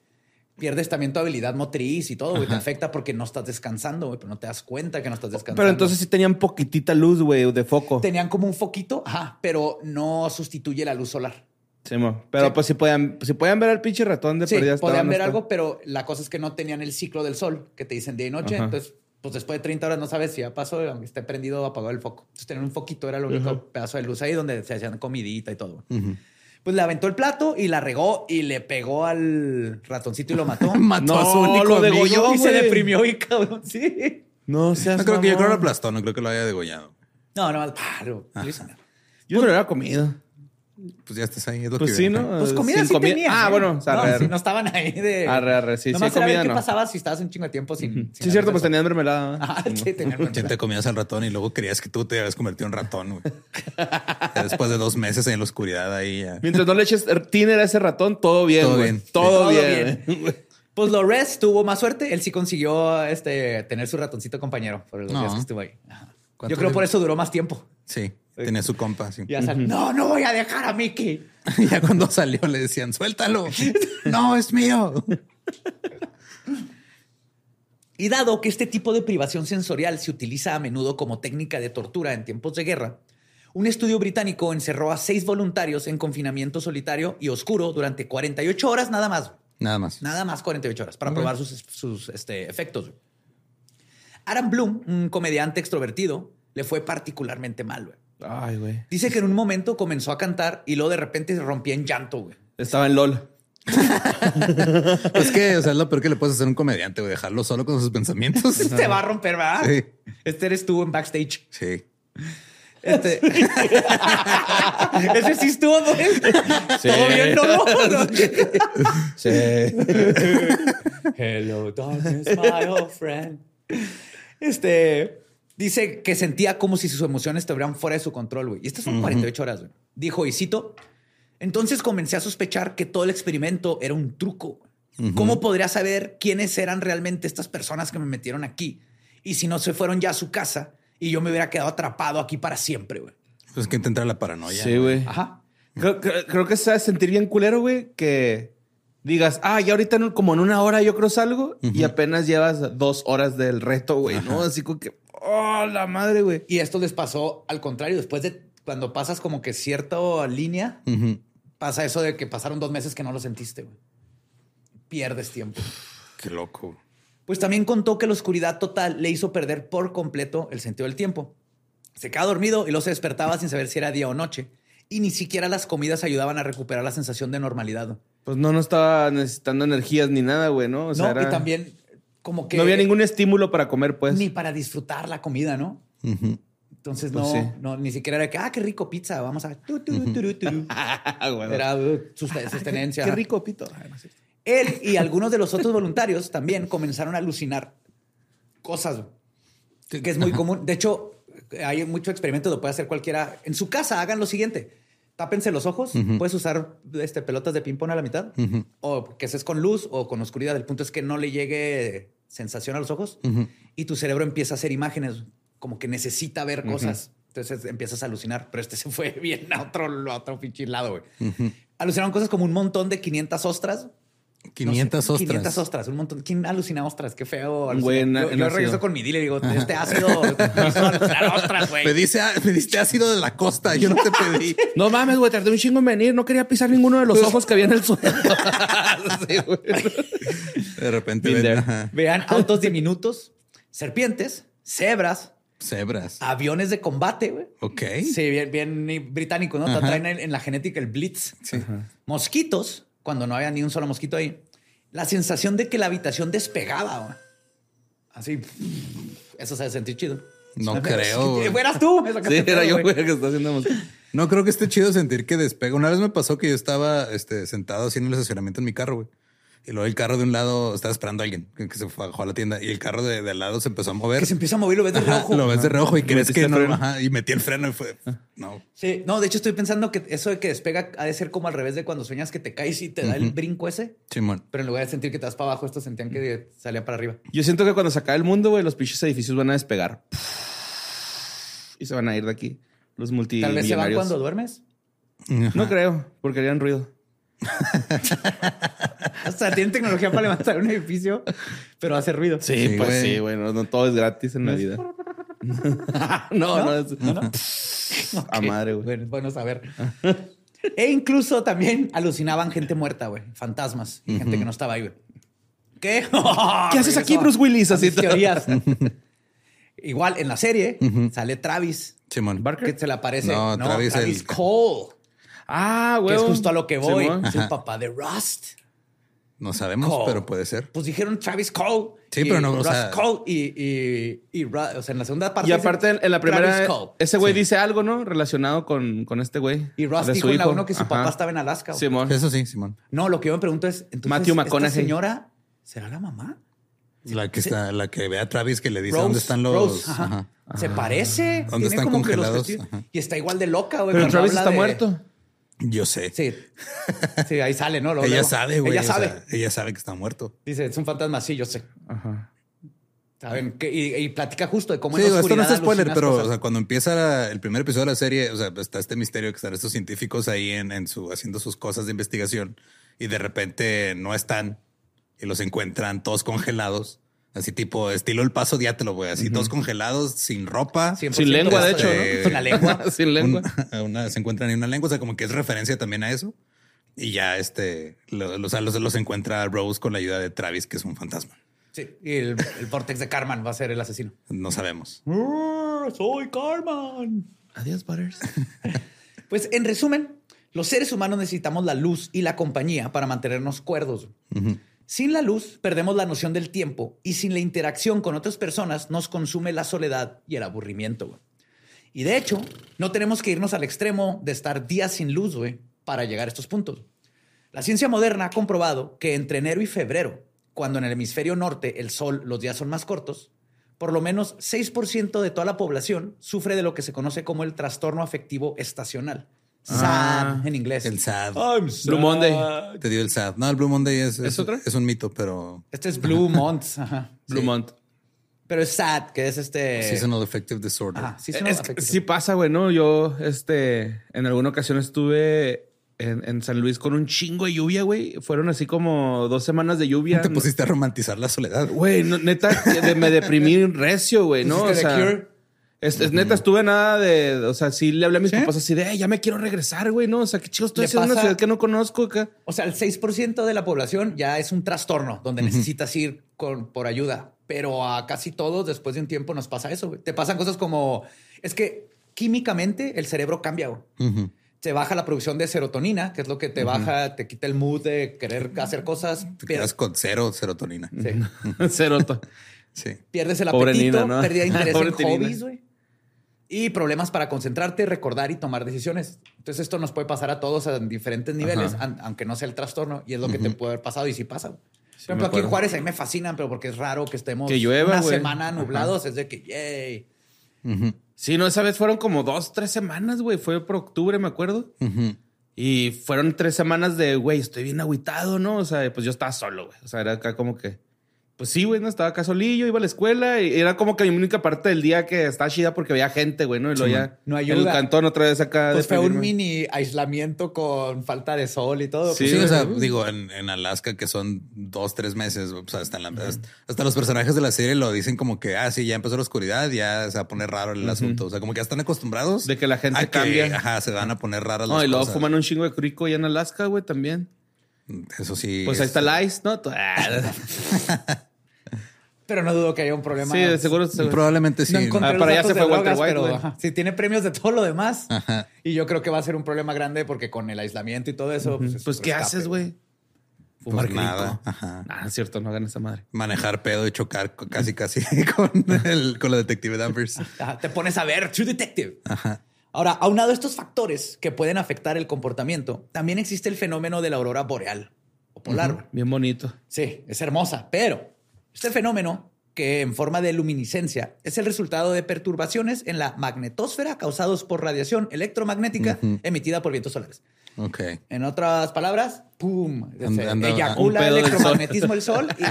Speaker 1: Pierdes también tu habilidad motriz y todo, güey. Te afecta porque no estás descansando, güey, pero no te das cuenta que no estás descansando.
Speaker 3: Pero entonces sí tenían poquitita luz, güey, de foco.
Speaker 1: tenían como un foquito, ajá, pero no sustituye la luz solar.
Speaker 3: Sí, mo. Pero pues si podían, si podían ver al pinche ratón de
Speaker 1: Sí,
Speaker 3: perdida. estaba,
Speaker 1: podían
Speaker 3: no
Speaker 1: ver
Speaker 3: está.
Speaker 1: algo, pero la cosa es que no tenían el ciclo del sol que te dicen día y noche.
Speaker 3: Ajá.
Speaker 1: Entonces, pues después de 30 horas no sabes si ya pasó, aunque esté prendido o apagado el foco. Entonces, tener un foquito era el único pedazo de luz ahí donde se hacían comidita y todo. Pues le aventó el plato y la regó y le pegó al ratoncito y lo mató.
Speaker 2: Mató
Speaker 3: No,
Speaker 2: a su único
Speaker 3: lo
Speaker 2: amigo.
Speaker 3: degolló.
Speaker 1: y se
Speaker 3: güey.
Speaker 1: deprimió y cabrón, sí.
Speaker 3: No seas
Speaker 2: No creo que yo creo que lo
Speaker 3: mamón.
Speaker 2: aplastó, no creo que lo haya degollado.
Speaker 1: No, no, ah, lo- lo hizo.
Speaker 3: Yo no lo había comido.
Speaker 2: Pues ya estás ahí, es lo
Speaker 3: Pues
Speaker 2: que
Speaker 3: sí,
Speaker 2: viene.
Speaker 3: ¿no?
Speaker 1: Pues
Speaker 3: Eh,
Speaker 1: comida
Speaker 3: sin
Speaker 1: sí
Speaker 3: comi-
Speaker 1: tenías,
Speaker 3: Ah,
Speaker 1: ¿eh?
Speaker 3: bueno, o sea,
Speaker 1: no,
Speaker 3: arre,
Speaker 1: sí, no estaban ahí de.
Speaker 3: Arre, arre, sí, sí,
Speaker 1: Nomás era ver
Speaker 3: comida
Speaker 1: qué
Speaker 3: no.
Speaker 1: pasaba si estabas un chingo de tiempo sin. sin
Speaker 3: Sí, cierto,
Speaker 1: hacer
Speaker 3: pues
Speaker 1: eso.
Speaker 3: tenían mermelada. ¿no?
Speaker 1: Ah, sí, tenían
Speaker 2: Ya te comías al ratón y luego creías que tú te habías convertido en ratón, güey. Ya Después de dos meses en la oscuridad ahí ya.
Speaker 3: Mientras no le eches tiner a ese ratón, todo bien,
Speaker 2: Todo
Speaker 3: güey.
Speaker 2: bien.
Speaker 3: Todo,
Speaker 1: Todo
Speaker 3: bien.
Speaker 1: Pues Lores tuvo más suerte. Él sí consiguió este, tener su ratoncito compañero por los
Speaker 2: No.
Speaker 1: días que estuvo ahí. Ajá.
Speaker 2: ¿Cuánto
Speaker 1: Yo creo
Speaker 2: le-
Speaker 1: por eso duró más tiempo.
Speaker 2: Sí, tenía su compa. sí.
Speaker 1: Ya sal- No, no voy a dejar a Mickey.
Speaker 2: ya cuando salió le decían, suéltalo. no, es mío.
Speaker 1: Y dado que este tipo de privación sensorial se utiliza a menudo como técnica de tortura en tiempos de guerra, un estudio británico encerró a seis voluntarios en confinamiento solitario y oscuro durante 48 horas nada más.
Speaker 2: Nada más.
Speaker 1: Nada más 48 horas para probar sus, sus, este, efectos. Aaron Bloom, un comediante extrovertido, le fue particularmente mal. güey.
Speaker 3: ¿eh? Ay, güey.
Speaker 1: Dice que en un momento comenzó a cantar y luego de repente se rompía en llanto, güey.
Speaker 3: Estaba en LOL.
Speaker 2: Es que, o sea, es lo peor que le puedes hacer a un comediante, güey, dejarlo solo con sus pensamientos.
Speaker 1: Te va a romper, ¿verdad?
Speaker 2: Sí.
Speaker 1: Este eres tú en backstage.
Speaker 2: Sí.
Speaker 1: Este- Ese sí estuvo, güey. Todo bien, ¿no?
Speaker 3: Sí.
Speaker 1: Hello, darkness, my old friend. Este dice que sentía como si sus emociones estuvieran fuera de su control, güey. Y estas son 48 horas, güey. Dijo, y cito, entonces comencé a sospechar que todo el experimento era un truco. ¿Cómo podría saber quiénes eran realmente estas personas que me metieron aquí? Y si no se fueron ya a su casa y yo me hubiera quedado atrapado aquí para siempre, güey.
Speaker 2: Pues que te entra la
Speaker 1: Ah,
Speaker 2: paranoia.
Speaker 3: Sí, güey.
Speaker 1: Ajá.
Speaker 3: Creo, creo- creo que se ha de sentir bien culero, güey, que digas, ah, ya ahorita en- como en una hora yo creo salgo y apenas llevas dos horas del reto, güey, ¿no? Así como que, oh, la madre, güey.
Speaker 1: Y esto les pasó al contrario, después de cuando pasas como que cierta línea,
Speaker 2: Ujú.
Speaker 1: pasa eso de que pasaron dos meses que no lo sentiste, güey. Pierdes tiempo.
Speaker 2: Qué loco.
Speaker 1: pues también contó que la oscuridad total le hizo perder por completo el sentido del tiempo. Se quedaba dormido y luego se despertaba sin saber si era día o noche. Y ni siquiera las comidas ayudaban a recuperar la sensación de normalidad.
Speaker 3: Pues no, no estaba necesitando energías ni nada, güey, ¿no? O sea,
Speaker 1: no,
Speaker 3: era-
Speaker 1: y también como que
Speaker 3: no había ningún estímulo para comer, pues.
Speaker 1: ni para disfrutar la comida, ¿no?
Speaker 2: Ujú.
Speaker 1: Entonces
Speaker 3: Pues
Speaker 1: no,
Speaker 3: sí.
Speaker 1: no, ni siquiera era que, ah, qué rico pizza, vamos a... tu, tu, turu, turu.
Speaker 3: Ah, güey.
Speaker 1: Era uh, suste- sustenencia.
Speaker 3: Qué rico, pito.
Speaker 1: Él y algunos de los otros voluntarios también comenzaron a alucinar cosas, que es muy común. De hecho, hay mucho experimento, lo puede hacer cualquiera. En su casa hagan lo siguiente. Tápense los ojos, puedes usar este, pelotas de ping-pong a la mitad, o que es con luz o con oscuridad. El punto es que no le llegue sensación a los ojos y tu cerebro empieza a hacer imágenes, como que necesita ver cosas. Entonces empiezas a alucinar, pero este se fue bien a otro, a otro pinche lado, güey. Alucinaron cosas como un montón de 500 ostras,
Speaker 2: 500
Speaker 1: no sé,
Speaker 2: ostras.
Speaker 1: 500 ostras, un montón. ¿Quién alucina ostras? Qué feo. alucina.
Speaker 3: Güey, en-
Speaker 1: yo
Speaker 3: en
Speaker 1: yo
Speaker 3: ácido.
Speaker 1: regreso con mi dealer y digo, este ácido me hizo alucinar ostras,
Speaker 2: Me,
Speaker 1: güey.
Speaker 2: dice, "Ah, me diste ácido de la costa. Yo no te pedí.
Speaker 3: No mames, güey, tardé un chingo en venir. No quería pisar ninguno de los ojos que había en el suelo. Sí, güey.
Speaker 2: De repente
Speaker 3: Been
Speaker 2: ven,
Speaker 3: there.
Speaker 2: ajá,
Speaker 1: Vean autos diminutos, serpientes, cebras,
Speaker 2: cebras.
Speaker 1: aviones de combate, güey.
Speaker 2: Ok.
Speaker 1: Ah, Sí, bien, bien británico, ¿no? Te
Speaker 2: Ajá.
Speaker 1: traen en, en la genética el blitz.
Speaker 2: Sí.
Speaker 1: Mosquitos, cuando no había ni un solo mosquito ahí. La sensación de que la habitación despegaba, güey. Así. Eso se sentir chido.
Speaker 2: No creo, güey.
Speaker 1: Fueras tú. eso que
Speaker 3: Sí,
Speaker 1: te
Speaker 3: era
Speaker 1: creo,
Speaker 3: yo,
Speaker 1: güey.
Speaker 3: güey, que está haciendo más.
Speaker 2: No creo que esté chido sentir que despega. Una vez me pasó que yo estaba este, sentado así en el estacionamiento en mi carro, güey. Y luego el carro de un lado estaba esperando a alguien que que se bajó a la tienda y el carro de, de al lado se empezó a mover.
Speaker 1: Que se empieza a mover y lo ves de
Speaker 2: Ajá,
Speaker 1: rojo.
Speaker 2: Lo ves de rojo y crees
Speaker 3: metiste
Speaker 2: que
Speaker 3: el
Speaker 2: no.
Speaker 3: freno.
Speaker 2: ajá, y metí el freno y fue.
Speaker 1: Ah.
Speaker 2: No.
Speaker 1: Sí, no, de hecho estoy pensando que eso de que despega ha de ser como al revés de cuando sueñas que te caes y te da el brinco ese,
Speaker 2: Simón.
Speaker 1: pero en lugar de sentir que te vas para abajo, estos sentían que salían para arriba.
Speaker 3: Yo siento que cuando se acabe el mundo, güey, los pinches edificios van a despegar. Y se van a ir de aquí. Los
Speaker 1: Tal
Speaker 3: multimillonarios.
Speaker 1: vez se van cuando duermes.
Speaker 3: No creo, porque harían ruido.
Speaker 1: O sea, tienen tecnología para levantar un edificio, pero hace ruido.
Speaker 3: Sí,
Speaker 2: Sí,
Speaker 3: pues
Speaker 2: güey.
Speaker 3: sí, güey. No, no todo es gratis en la vida. no, no, es. A madre,
Speaker 1: Bueno,
Speaker 3: güey.
Speaker 1: es bueno saber. e incluso también alucinaban gente muerta, güey, fantasmas y gente que no estaba ahí, güey. ¿Qué?
Speaker 3: ¿Qué haces aquí, Bruce Willis? Así
Speaker 1: Así teorías. Igual en la serie sale Travis,
Speaker 2: Simón.
Speaker 1: que se le aparece.
Speaker 2: No, Travis el-
Speaker 1: Cole.
Speaker 3: Ah,
Speaker 1: Que
Speaker 3: güey.
Speaker 1: es justo a lo que voy.
Speaker 3: Simón.
Speaker 1: Es el papá de Rust.
Speaker 2: No sabemos,
Speaker 1: Cole.
Speaker 2: pero puede ser.
Speaker 1: Pues dijeron Travis Cole.
Speaker 2: Sí,
Speaker 1: y
Speaker 2: pero no, o
Speaker 1: Rust
Speaker 2: sea-
Speaker 1: Cole y, y, y Ru- o sea, en la segunda parte.
Speaker 3: Y aparte, en-
Speaker 1: dicen
Speaker 3: en la primera,
Speaker 1: Travis Cole.
Speaker 3: ese güey dice algo, ¿no? Relacionado con, con este güey.
Speaker 1: Y Rust
Speaker 3: de su
Speaker 1: dijo en la
Speaker 3: hijo.
Speaker 1: uno que su
Speaker 3: Ajá.
Speaker 1: papá estaba en Pues, Alaska. güey.
Speaker 3: Simón.
Speaker 2: Eso sí, Simón.
Speaker 1: No, lo que yo me pregunto es, entonces,
Speaker 3: Matthew McConaughey.
Speaker 1: ¿esta señora será la mamá?
Speaker 2: La que está, la que ve a Travis que le dice
Speaker 1: Rose,
Speaker 2: dónde están los.
Speaker 1: Rose, ajá.
Speaker 2: ajá.
Speaker 1: Se parece.
Speaker 2: ¿Dónde
Speaker 1: Tiene
Speaker 2: están
Speaker 1: como que los
Speaker 2: congelados?
Speaker 1: vestidos-
Speaker 2: Ajá.
Speaker 1: Y está igual de loca, güey.
Speaker 3: Pero
Speaker 1: cuando
Speaker 3: Travis
Speaker 1: habla
Speaker 3: está
Speaker 1: de-
Speaker 3: muerto.
Speaker 2: Yo sé.
Speaker 1: Sí. Sí, ahí sale, ¿no? Lo-
Speaker 2: Ella
Speaker 1: luego.
Speaker 2: sabe, güey.
Speaker 1: Ella
Speaker 2: o
Speaker 1: sabe.
Speaker 2: sea, ella sabe que está muerto.
Speaker 1: Dice, es un fantasma. Sí, yo sé.
Speaker 3: Ajá.
Speaker 1: ¿Saben? Que- y, y platica justo de cómo
Speaker 2: Sí,
Speaker 1: en la
Speaker 2: digo, esto no
Speaker 1: oscuridad
Speaker 2: es spoiler,
Speaker 1: alucinas
Speaker 2: pero
Speaker 1: cosas.
Speaker 2: o sea, cuando empieza la- el primer episodio de la serie, o sea, está este misterio que están estos científicos ahí en, en su, haciendo sus cosas de investigación y de repente no están y los encuentran todos congelados, así tipo estilo el paso diátelo, güey, así todos congelados, sin ropa.
Speaker 1: 100%
Speaker 3: Sin lengua, de hecho,
Speaker 1: este,
Speaker 3: ¿no?
Speaker 1: Sin la lengua.
Speaker 3: Sin lengua.
Speaker 2: Una, una- se encuentran en una lengua, o sea, como que es referencia también a eso. Y ya este, lo- lo- o sea, los, los encuentra Rose con la ayuda de Travis, que es un fantasma.
Speaker 1: Sí, y el, el vortex de Carman va a ser el asesino.
Speaker 2: No sabemos.
Speaker 1: Soy Carman.
Speaker 3: Adiós, Butters.
Speaker 1: Pues en resumen, los seres humanos necesitamos la luz y la compañía para mantenernos cuerdos. Sin la luz, perdemos la noción del tiempo y sin la interacción con otras personas nos consume la soledad y el aburrimiento. güey. Y de hecho, no tenemos que irnos al extremo de estar días sin luz güey, para llegar a estos puntos. La ciencia moderna ha comprobado que entre enero y febrero, cuando en el hemisferio norte el sol los días son más cortos, por lo menos 6% de toda la población sufre de lo que se conoce como el trastorno afectivo estacional.
Speaker 3: Ah,
Speaker 1: SAD en inglés.
Speaker 2: el SAD.
Speaker 3: Oh,
Speaker 1: I'm sad.
Speaker 3: Blue Monday.
Speaker 2: Te dio el SAD. No, el Blue Monday es, es,
Speaker 3: otra?
Speaker 2: es un mito, pero
Speaker 1: Este es Blue Month. ajá.
Speaker 3: Blue
Speaker 1: Sí.
Speaker 3: Mont.
Speaker 1: Pero es SAD, que es
Speaker 3: Eh.
Speaker 1: este.
Speaker 2: Seasonal Affective Disorder.
Speaker 1: Ajá,
Speaker 3: Es
Speaker 1: seasonal
Speaker 3: que
Speaker 1: affective.
Speaker 3: sí pasa, güey, ¿no? Yo, este, en alguna ocasión estuve en, en San Luis con un chingo de lluvia, güey. Fueron así como dos semanas de lluvia.
Speaker 2: Te pusiste a romantizar la soledad. güey.
Speaker 3: Güey, no, neta, que de- me deprimí recio, güey, ¿no? O
Speaker 1: ¿Hiciste Pues The
Speaker 3: sea,
Speaker 1: Cure?
Speaker 3: Es, es neta, estuve nada de. O sea, sí le hablé a mis
Speaker 2: ¿Sí?
Speaker 3: papás así de, "Ey, ya me quiero regresar, güey, ¿no? O sea, qué chido estoy
Speaker 1: Le
Speaker 3: haciendo en una
Speaker 1: pasa-
Speaker 3: ciudad que no conozco acá.
Speaker 1: O sea, el 6% de la población ya es un trastorno donde necesitas ir con, por ayuda. Pero a casi todos después de un tiempo nos pasa eso. güey. Te pasan cosas como... Es que químicamente el cerebro cambia. güey.
Speaker 2: Ujú.
Speaker 1: Se baja la producción de serotonina, que es lo que te baja, te quita el mood de querer hacer cosas.
Speaker 2: Te
Speaker 1: Pier-
Speaker 2: quedas con cero serotonina.
Speaker 1: sí.
Speaker 3: Ceroto.
Speaker 2: Sí.
Speaker 1: Pierdes el
Speaker 3: Pobre
Speaker 1: apetito,
Speaker 3: Nina, ¿no?
Speaker 1: pérdida de interés
Speaker 3: Pobre
Speaker 1: en
Speaker 3: Tirina.
Speaker 1: hobbies, güey. Y problemas para concentrarte, recordar y tomar decisiones. Entonces, esto nos puede pasar a todos en diferentes niveles,
Speaker 2: Ajá.
Speaker 1: an- aunque no sea el trastorno, y es lo que te puede haber pasado y sí pasa. güey. por
Speaker 2: me
Speaker 1: ejemplo, aquí en
Speaker 2: acuerdo.
Speaker 1: Juárez a mí me fascinan, pero porque es raro que estemos
Speaker 3: Que llueva,
Speaker 1: una
Speaker 3: güey.
Speaker 1: semana nublados, es de que, yay.
Speaker 2: Ujú.
Speaker 3: Sí, no, esa vez fueron como dos, tres semanas, güey. Fue por octubre, me acuerdo.
Speaker 2: Ujú.
Speaker 3: Y fueron tres semanas de, güey, estoy bien agüitado, ¿no? O sea, pues yo estaba solo, güey. O sea, era acá como que... Pues sí, güey, no estaba acá solillo, iba a la escuela y era como que mi única parte del día que estaba chida porque había gente, güey, ¿no? Y luego
Speaker 2: Sí,
Speaker 3: ya
Speaker 2: man.
Speaker 1: No
Speaker 3: el
Speaker 1: ayuda.
Speaker 3: cantón otra vez acá.
Speaker 1: Pues fue un
Speaker 3: despedirme.
Speaker 1: mini aislamiento con falta de sol y todo. pues
Speaker 3: Sí,
Speaker 2: Sí, o sea,
Speaker 3: güey.
Speaker 2: digo, en, en Alaska, que son dos, tres meses, pues hasta, en la- hasta los personajes de la serie lo dicen como que, ah, sí, ya empezó la oscuridad, ya se va a poner raro el asunto. O sea, como que ya están acostumbrados.
Speaker 3: De que la gente
Speaker 2: a que,
Speaker 3: cambia.
Speaker 2: Ajá, se van a poner raras
Speaker 3: No,
Speaker 2: las
Speaker 3: y luego
Speaker 2: cosas.
Speaker 3: fuman un chingo de crico allá en Alaska, güey, también.
Speaker 2: Eso sí.
Speaker 3: Pues ahí está el ice, ¿no? Ah,
Speaker 1: Pero no dudo que haya un problema.
Speaker 3: sí, de seguro. pues, seguro.
Speaker 2: Probablemente sí.
Speaker 1: No encontré
Speaker 3: Ah,
Speaker 1: los
Speaker 3: para allá
Speaker 1: datos
Speaker 3: se
Speaker 1: de
Speaker 3: fue Walter
Speaker 1: drogas,
Speaker 3: White,
Speaker 1: pero
Speaker 3: güey.
Speaker 1: ajá, sí, tiene premios de todo lo demás.
Speaker 2: Ajá.
Speaker 1: Y yo creo que va a ser un problema grande porque con el aislamiento y todo eso. Pues, es
Speaker 3: Pues,
Speaker 1: otro
Speaker 3: ¿qué
Speaker 1: escape,
Speaker 3: haces, güey?
Speaker 2: Pues
Speaker 3: Fumar
Speaker 2: nada.
Speaker 3: crico.
Speaker 2: Ajá.
Speaker 3: Ah, es cierto, no hagan esa madre.
Speaker 2: Manejar pedo y chocar co- casi, casi con, el, con la detective Danvers.
Speaker 1: Ajá, Te pones a ver True Detective.
Speaker 2: Ajá.
Speaker 1: Ahora, aunado a estos factores que pueden afectar el comportamiento, también existe el fenómeno de la aurora boreal o polar. güey.
Speaker 3: Bien bonito.
Speaker 1: Sí, es hermosa, pero este fenómeno, que en forma de luminiscencia, es el resultado de perturbaciones en la magnetosfera causados por radiación electromagnética emitida por vientos solares.
Speaker 2: Ok.
Speaker 1: En otras palabras, ¡pum!
Speaker 2: And-
Speaker 1: se
Speaker 2: anda-
Speaker 3: un
Speaker 1: eyacula
Speaker 3: pedo del sol.
Speaker 1: electromagnetismo el sol y,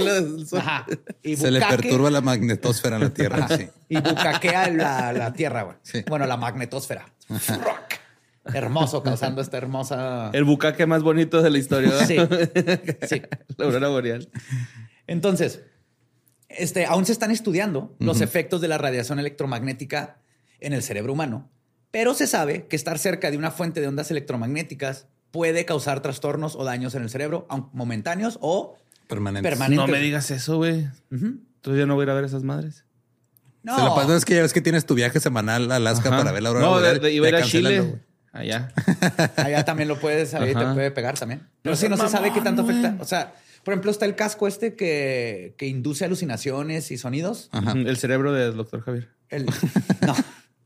Speaker 3: Ajá.
Speaker 1: ajá, y
Speaker 2: Se le
Speaker 1: bucaque-
Speaker 2: perturba la magnetosfera en la Tierra.
Speaker 1: Ajá.
Speaker 2: sí.
Speaker 1: Y bucaquea la, la tierra, güey.
Speaker 2: Sí.
Speaker 1: Bueno, la magnetosfera. Rock. Hermoso, causando esta hermosa.
Speaker 3: El bucaque más bonito de la historia. ¿verdad?
Speaker 1: Sí. Sí.
Speaker 3: La aurora boreal.
Speaker 1: Entonces, este, aún se están estudiando los efectos de la radiación electromagnética en el cerebro humano, pero se sabe que estar cerca de una fuente de ondas electromagnéticas puede causar trastornos o daños en el cerebro, aun- momentáneos o
Speaker 2: Permanente.
Speaker 1: Permanente.
Speaker 3: No me digas eso, güey. Entonces yo no voy a ir a ver esas madres.
Speaker 1: no.
Speaker 2: Se la pasa es que ya ves que tienes tu viaje semanal a Alaska
Speaker 3: Ajá.
Speaker 2: para ver la aurora.
Speaker 3: No, de-
Speaker 2: boreal,
Speaker 3: de- iba a ir
Speaker 2: ya
Speaker 3: a
Speaker 2: cancélalo,
Speaker 3: Chile.
Speaker 2: güey.
Speaker 3: Allá.
Speaker 1: Allá también lo puedes, ahí te
Speaker 3: Ajá.
Speaker 1: puede pegar también.
Speaker 3: Pero
Speaker 1: Pero sí, no
Speaker 3: seas
Speaker 1: se sabe qué
Speaker 3: mamón,
Speaker 1: tanto
Speaker 3: güey.
Speaker 1: afecta. O sea, por ejemplo, está el casco este que, que induce alucinaciones y sonidos.
Speaker 2: Ajá.
Speaker 3: El cerebro del doctor Javier.
Speaker 1: El- no,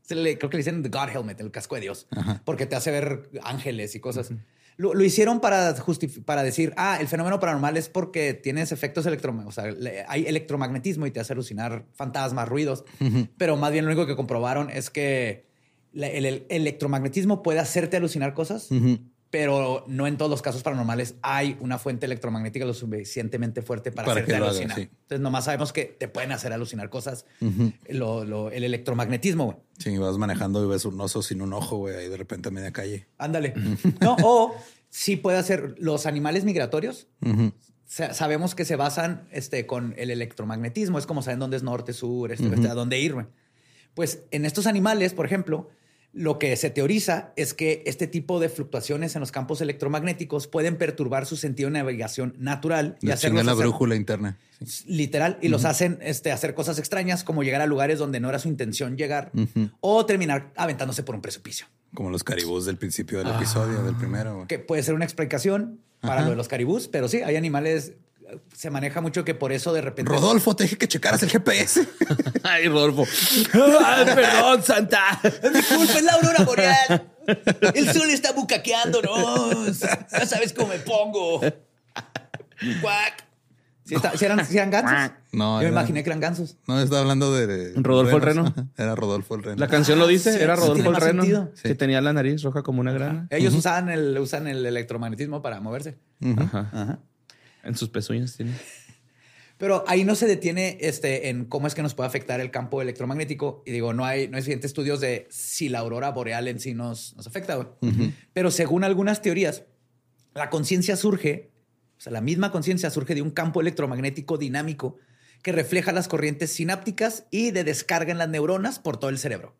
Speaker 1: se le- creo que le dicen The God Helmet, el casco de Dios, porque te hace ver ángeles y cosas. Lo, lo hicieron para, justifi- para decir, ah, el fenómeno paranormal es porque tienes efectos electromagnéticos, o sea, le- hay electromagnetismo y te hace alucinar fantasmas, ruidos, pero más bien lo único que comprobaron es que la- el, el electromagnetismo puede hacerte alucinar cosas, pero no en todos los casos paranormales hay una fuente electromagnética lo suficientemente fuerte para,
Speaker 2: Para
Speaker 1: hacerte
Speaker 2: que lo haga,
Speaker 1: alucinar.
Speaker 2: sí.
Speaker 1: Entonces, nomás sabemos que te pueden hacer alucinar cosas, lo- lo- el electromagnetismo, güey.
Speaker 2: Sí, vas manejando y ves un oso sin un ojo, güey, ahí de repente a media calle.
Speaker 1: Ándale. No, o sí puede hacer los animales migratorios. sa- Sabemos que se basan este, con el electromagnetismo. Es como saben dónde es norte, sur, este, oeste, a dónde ir. güey. Pues en estos animales, por ejemplo, lo que se teoriza es que este tipo de fluctuaciones en los campos electromagnéticos pueden perturbar su sentido de navegación natural y
Speaker 2: Le chinga
Speaker 1: hacerlos
Speaker 2: la
Speaker 1: hacer-
Speaker 2: brújula interna. Sí.
Speaker 1: literal y los hacen este, hacer cosas extrañas como llegar a lugares donde no era su intención llegar o terminar aventándose por un precipicio.
Speaker 2: Como los caribús del principio
Speaker 1: Ah.
Speaker 2: del episodio, del primero, güey.
Speaker 1: que puede ser una explicación para
Speaker 2: Ajá.
Speaker 1: lo de los caribús, pero sí, hay animales, eh, se maneja mucho que por eso de repente...
Speaker 2: Rodolfo, te dije que checaras el GPS.
Speaker 3: Ay, Rodolfo. Ay, perdón, Santa.
Speaker 1: Disculpe, es la aurora boreal. El sol está bucaqueándonos. Ya sabes cómo me pongo. Cuac. Si eran, sí eran gansos?
Speaker 2: No,
Speaker 1: Yo me
Speaker 2: eran-
Speaker 1: imaginé que eran gansos.
Speaker 2: No, estaba hablando de...
Speaker 3: Rodolfo el
Speaker 2: renos.
Speaker 3: reno.
Speaker 2: Era Rodolfo el reno.
Speaker 3: La canción lo dice,
Speaker 1: sí,
Speaker 3: era
Speaker 1: sí,
Speaker 3: Rodolfo
Speaker 1: tiene
Speaker 3: el
Speaker 1: más
Speaker 3: Reno,
Speaker 1: sentido.
Speaker 3: que
Speaker 2: Sí.
Speaker 3: tenía la nariz roja como una grana.
Speaker 1: Ellos usaban el, usan el electromagnetismo para moverse.
Speaker 3: Ajá. En sus pezuñas tiene.
Speaker 1: Pero ahí no se detiene este, en cómo es que nos puede afectar el campo electromagnético. Y digo, no hay, no hay suficientes estudios de si la aurora boreal en sí nos, nos afecta. güey. Pero según algunas teorías, la conciencia surge, o sea, la misma conciencia surge de un campo electromagnético dinámico que refleja las corrientes sinápticas y de descarga en las neuronas por todo el cerebro.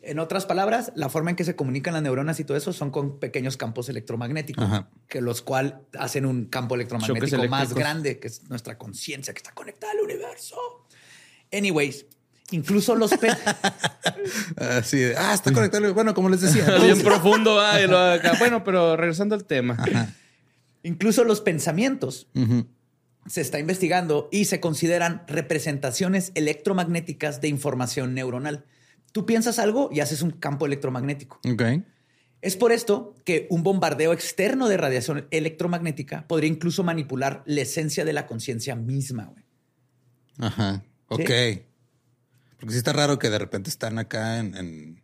Speaker 1: En otras palabras, la forma en que se comunican las neuronas y todo eso son con pequeños campos electromagnéticos,
Speaker 2: Ajá.
Speaker 1: que los cual hacen un campo electromagnético
Speaker 3: Choques
Speaker 1: más
Speaker 3: eléctricos.
Speaker 1: grande, que es nuestra conciencia que está conectada al universo. Anyways, incluso los pe-
Speaker 2: Así de, ah, está conectado. Bueno, como les decía.
Speaker 3: Bien
Speaker 2: entonces-
Speaker 3: profundo. ah, y lo acá. Bueno, pero regresando al tema.
Speaker 1: incluso los pensamientos
Speaker 2: Ujú.
Speaker 1: se está investigando y se consideran representaciones electromagnéticas de información neuronal. Tú piensas algo y haces un campo electromagnético.
Speaker 2: Ok.
Speaker 1: Es por esto que un bombardeo externo de radiación electromagnética podría incluso manipular la esencia de la conciencia misma. güey.
Speaker 2: Ajá. Ok. Porque sí está raro que de repente están acá en. en-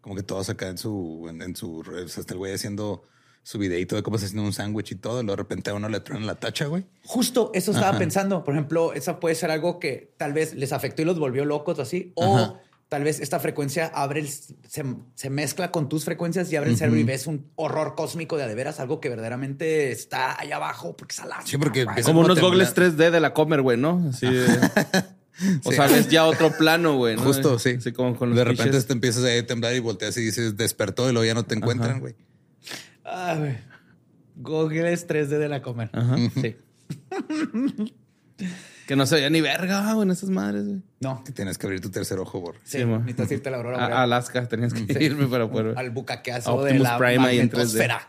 Speaker 2: como que todos acá en su. En, en su o sea, está el güey haciendo su videito de cómo está haciendo un sándwich y todo. Y luego de repente a uno le truena la tacha, güey.
Speaker 1: Justo eso estaba
Speaker 2: Ajá.
Speaker 1: pensando. Por ejemplo, esa puede ser algo que tal vez les afectó y los volvió locos o así. O
Speaker 2: Ajá.
Speaker 1: tal vez esta frecuencia abre el- se, se mezcla con tus frecuencias y abre el cerebro y ves un horror cósmico de a de veras, algo que verdaderamente está allá abajo porque es alarma,
Speaker 2: Sí, porque
Speaker 1: güey.
Speaker 2: empieza-
Speaker 3: Ah, Como unos
Speaker 2: Guatemala.
Speaker 3: gogles 3D de la Comer, güey, ¿no? Así de- O
Speaker 2: Sí.
Speaker 3: sea, ves ya otro plano, güey. ¿no? Eh,
Speaker 2: Justo, sí.
Speaker 3: Así como con los
Speaker 2: de repente
Speaker 3: pinches-
Speaker 2: te empiezas a temblar y volteas y dices despertó y luego ya no te encuentran, güey.
Speaker 1: Ah, güey. Google es 3D de la comer.
Speaker 3: Ajá, sí. que no se veía ni verga, güey, en esas madres, güey.
Speaker 1: No,
Speaker 2: Que tienes que abrir tu tercer ojo, güey.
Speaker 1: sí,
Speaker 3: Sí, mo.
Speaker 1: necesitas irte a la aurora. boreal.
Speaker 3: A Alaska tenías que irme para poder ver.
Speaker 1: al bucaqueazo
Speaker 3: Optimus
Speaker 1: de la
Speaker 3: Prime ahí en 3D.
Speaker 1: magnetosfera.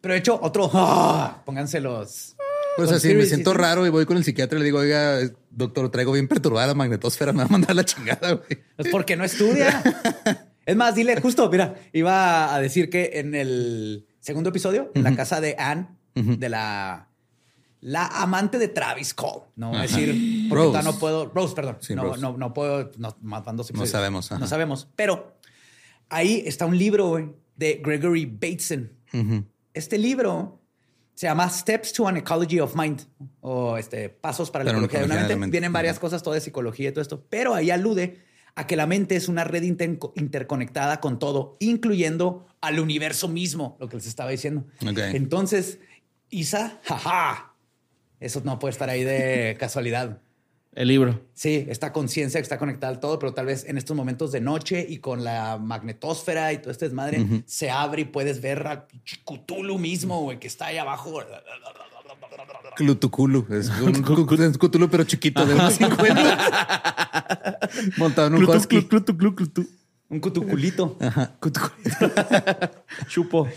Speaker 1: Pero de hecho, otro, ¡ah! pónganse los.
Speaker 2: Pues
Speaker 1: Con
Speaker 2: así me
Speaker 1: Sirius,
Speaker 2: siento
Speaker 1: sí.
Speaker 2: raro y voy con el psiquiatra y le digo, oiga, doctor, lo traigo bien perturbada la magnetosfera, me va a mandar a la chingada, güey.
Speaker 1: Es Pues porque no estudia. es más, dile, justo, mira, iba a decir que en el segundo episodio, en la casa de Anne, de la. La amante de Travis Cole. No voy a
Speaker 2: Ajá.
Speaker 1: decir, porque todavía
Speaker 2: Rose.
Speaker 1: no puedo. Rose, perdón.
Speaker 2: Sí,
Speaker 1: no,
Speaker 2: Rose.
Speaker 1: no, no puedo. No, más van dos
Speaker 2: No
Speaker 1: episodios.
Speaker 2: sabemos, ajá.
Speaker 1: No sabemos. Pero ahí está un libro güey, de Gregory Bateson.
Speaker 2: Ujú.
Speaker 1: Este libro se llama Steps to an Ecology of Mind o este, Pasos para la
Speaker 2: Para una
Speaker 1: Ecología de una
Speaker 2: ecología
Speaker 1: Mente.
Speaker 2: de la mente.
Speaker 1: Vienen varias
Speaker 2: Ajá.
Speaker 1: cosas, todo de psicología y todo esto, pero ahí alude a que la mente es una red inter- interconectada con todo, incluyendo al universo mismo, lo que les estaba diciendo.
Speaker 2: Ok.
Speaker 1: Entonces, Isa, jaja, eso no puede estar ahí de casualidad.
Speaker 3: El libro.
Speaker 1: Sí, esta conciencia que está conectada al todo, pero tal vez en estos momentos de noche y con la magnetosfera y todo este desmadre, se abre y puedes ver al pinche Cthulhu mismo, güey, que está ahí abajo.
Speaker 2: Clutuculu. Es un cu- Cthulhu, pero chiquito, de unos 50. Montado en un
Speaker 3: Clutu,
Speaker 2: husky.
Speaker 3: clu, clutu, clu, clutu.
Speaker 1: Un cutuculito.
Speaker 2: Ajá. Clutuculu.
Speaker 3: Chupo.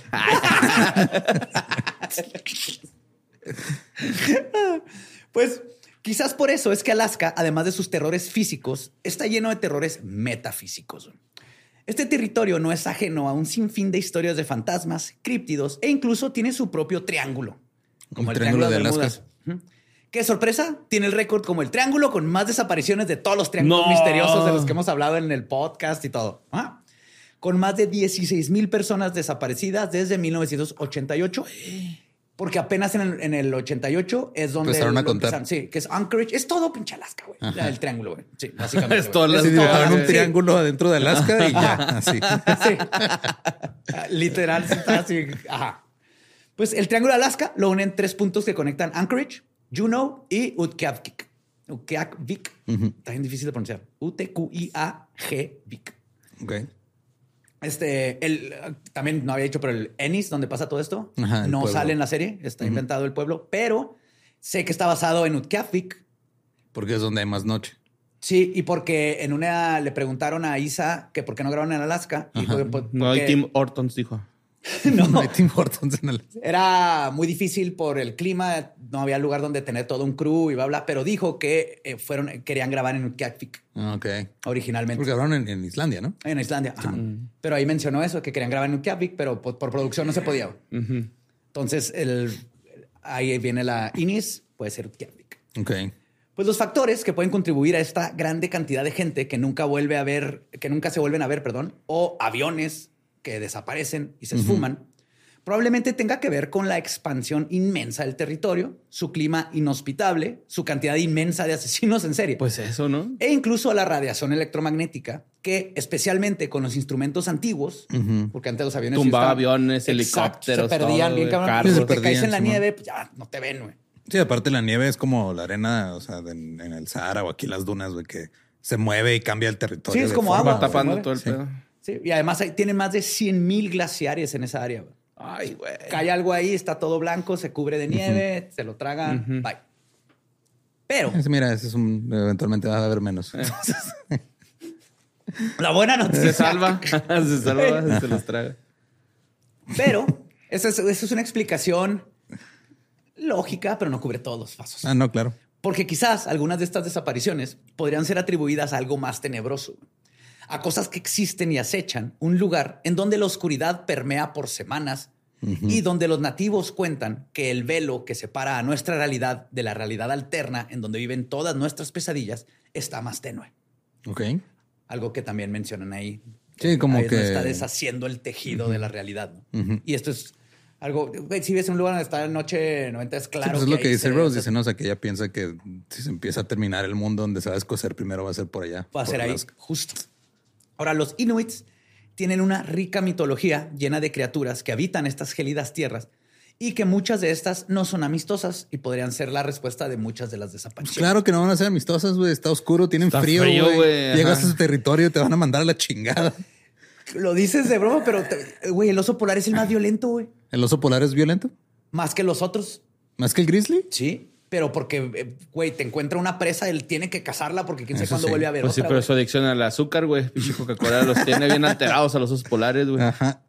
Speaker 1: Pues quizás por eso es que Alaska, además de sus terrores físicos, está lleno de terrores metafísicos. Este territorio no es ajeno a un sinfín de historias de fantasmas, críptidos e incluso tiene su propio triángulo. Como
Speaker 2: Un
Speaker 1: el
Speaker 2: triángulo
Speaker 1: Triángulo de
Speaker 2: de Alaska.
Speaker 1: Bermudas. Ujú. Qué sorpresa, tiene el récord como el triángulo con más desapariciones de todos los triángulos
Speaker 3: No.
Speaker 1: misteriosos de los que hemos hablado en el podcast y todo. Ah, Con más de 16 mil personas desaparecidas desde 1988. Porque apenas en el, en el 88 es donde
Speaker 2: Empezaron a
Speaker 1: lo
Speaker 2: contar.
Speaker 1: empezaron. Sí, que es Anchorage. Es todo pinche Alaska, güey.
Speaker 2: Ajá.
Speaker 1: El triángulo, güey. Sí, básicamente.
Speaker 3: Es
Speaker 1: güey.
Speaker 3: todo
Speaker 2: Sí,
Speaker 3: Las
Speaker 2: dibujaron
Speaker 3: todas,
Speaker 2: un
Speaker 3: sí.
Speaker 2: triángulo adentro de Alaska y ya, así.
Speaker 1: Sí. Ah, Literal, sí, está así. Ajá. Pues el Triángulo de Alaska lo unen tres puntos que conectan Anchorage, Juneau y Utqiagvik. Utqiagvik. Está bien difícil de pronunciar. U-T-Q-I-A-G-Vik.
Speaker 2: Ok.
Speaker 1: Este, el, eh, también no había dicho, pero el Ennis, donde pasa todo esto,
Speaker 2: Ajá, el
Speaker 1: no
Speaker 2: pueblo.
Speaker 1: sale en la serie. Está inventado el pueblo, pero sé que está basado en Utqiagvik,
Speaker 2: Porque es donde hay más noche.
Speaker 1: Sí, y porque en una le preguntaron a Isa que por qué no grabaron en Alaska. Y porque- porque-
Speaker 3: No, hay Tim Hortons dijo.
Speaker 1: No.
Speaker 2: No hay Tim Hortons en Alaska.
Speaker 1: Era muy difícil por el clima, no había lugar donde tener todo un crew y bla, bla, pero dijo que eh, fueron, querían grabar en Utqiagvik
Speaker 2: Ok.
Speaker 1: originalmente.
Speaker 2: Porque hablaron en, en Islandia, ¿no?
Speaker 1: En Islandia. ajá. Pero ahí mencionó eso, que querían grabar en Utqiagvik, pero por, por producción no se podía. Entonces, el, ahí viene la Inis, puede ser Utqiagvik.
Speaker 2: Ok.
Speaker 1: Pues los factores que pueden contribuir a esta grande cantidad de gente que nunca vuelve a ver, que nunca se vuelven a ver, perdón, o aviones que desaparecen y se esfuman, probablemente tenga que ver con la expansión inmensa del territorio, su clima inhospitable, su cantidad inmensa de asesinos en serie.
Speaker 3: Pues eso, ¿no?
Speaker 1: e incluso a la radiación electromagnética, que especialmente con los instrumentos antiguos,
Speaker 2: Ujú.
Speaker 1: porque antes los aviones...
Speaker 3: Tumbaba
Speaker 1: estaban-
Speaker 3: aviones, helicópteros,
Speaker 1: se perdían
Speaker 3: todo,
Speaker 1: bien, cabrón.
Speaker 3: carros.
Speaker 1: Si te
Speaker 2: Se perdían,
Speaker 1: caes en la
Speaker 2: Simón.
Speaker 1: nieve, pues ya no te ven, güey.
Speaker 2: Sí, aparte la nieve es como la arena, o sea, de- en, en el Sahara o aquí en las dunas, güey, que se mueve y cambia el territorio.
Speaker 1: Sí, es
Speaker 2: de
Speaker 1: como
Speaker 2: forma.
Speaker 3: Va
Speaker 1: agua.
Speaker 3: tapando
Speaker 1: Ah, se muere.
Speaker 3: todo el
Speaker 2: Sí.
Speaker 3: pedo.
Speaker 1: Sí, y además hay- tienen más de 100 mil glaciares en esa área. güey.
Speaker 3: Ay, güey.
Speaker 1: Cae algo ahí, está todo blanco, se cubre de nieve, se lo tragan, bye. Pero
Speaker 2: Es- Mira, ese es un. Eventualmente va a haber menos.
Speaker 1: Eh. la buena noticia.
Speaker 3: Se salva, se salva, se los traga.
Speaker 1: Pero esa es, esa es una explicación lógica, pero no cubre todos los pasos.
Speaker 2: ah, no, claro.
Speaker 1: Porque quizás algunas de estas desapariciones podrían ser atribuidas a algo más tenebroso, a cosas que existen y acechan, un lugar en donde la oscuridad permea por semanas y donde los nativos cuentan que el velo que separa a nuestra realidad de la realidad alterna en donde viven todas nuestras pesadillas está más tenue.
Speaker 2: Ok.
Speaker 1: Algo que también mencionan ahí.
Speaker 2: Sí, como
Speaker 1: Ahí es donde
Speaker 2: que-
Speaker 1: está deshaciendo el tejido de la realidad. ¿no? Y esto es algo. güey, Si ves un lugar donde está noche 90, es
Speaker 2: Sí,
Speaker 1: claro.
Speaker 2: pues es lo
Speaker 1: ahí
Speaker 2: que dice
Speaker 1: se-
Speaker 2: Rose.
Speaker 1: se-
Speaker 2: Dice, no, o sea, que ella piensa que si se empieza a terminar el mundo donde se va a escocer primero va a ser por allá.
Speaker 1: Va a
Speaker 2: por
Speaker 1: ser ahí,
Speaker 2: Alaska.
Speaker 1: justo. Ahora, los Inuits tienen una rica mitología llena de criaturas que habitan estas gélidas tierras y que muchas de estas no son amistosas y podrían ser la respuesta de muchas de las
Speaker 2: Pues
Speaker 1: desapariciones.
Speaker 2: claro que no van a ser amistosas, güey. Está oscuro, tienen
Speaker 3: Está
Speaker 2: frío,
Speaker 3: frío,
Speaker 2: güey.
Speaker 3: güey,
Speaker 2: Llegas
Speaker 3: ajá.
Speaker 2: a su territorio, te van a mandar a la chingada.
Speaker 1: Lo dices de broma, pero te- güey, el oso polar es el más violento, güey.
Speaker 2: ¿El oso polar es violento?
Speaker 1: Más que los otros.
Speaker 2: ¿Más que el grizzly?
Speaker 1: Sí. Pero porque, eh, güey, te encuentra una presa, él tiene que cazarla porque quién sabe
Speaker 2: Eso
Speaker 1: cuándo
Speaker 2: sí.
Speaker 1: vuelve a ver
Speaker 3: Pues sí,
Speaker 1: otra,
Speaker 3: pero
Speaker 1: güey.
Speaker 3: su adicción al azúcar, güey. Pinche Coca-Cola los tiene bien alterados a los osos polares, güey.
Speaker 2: Ajá.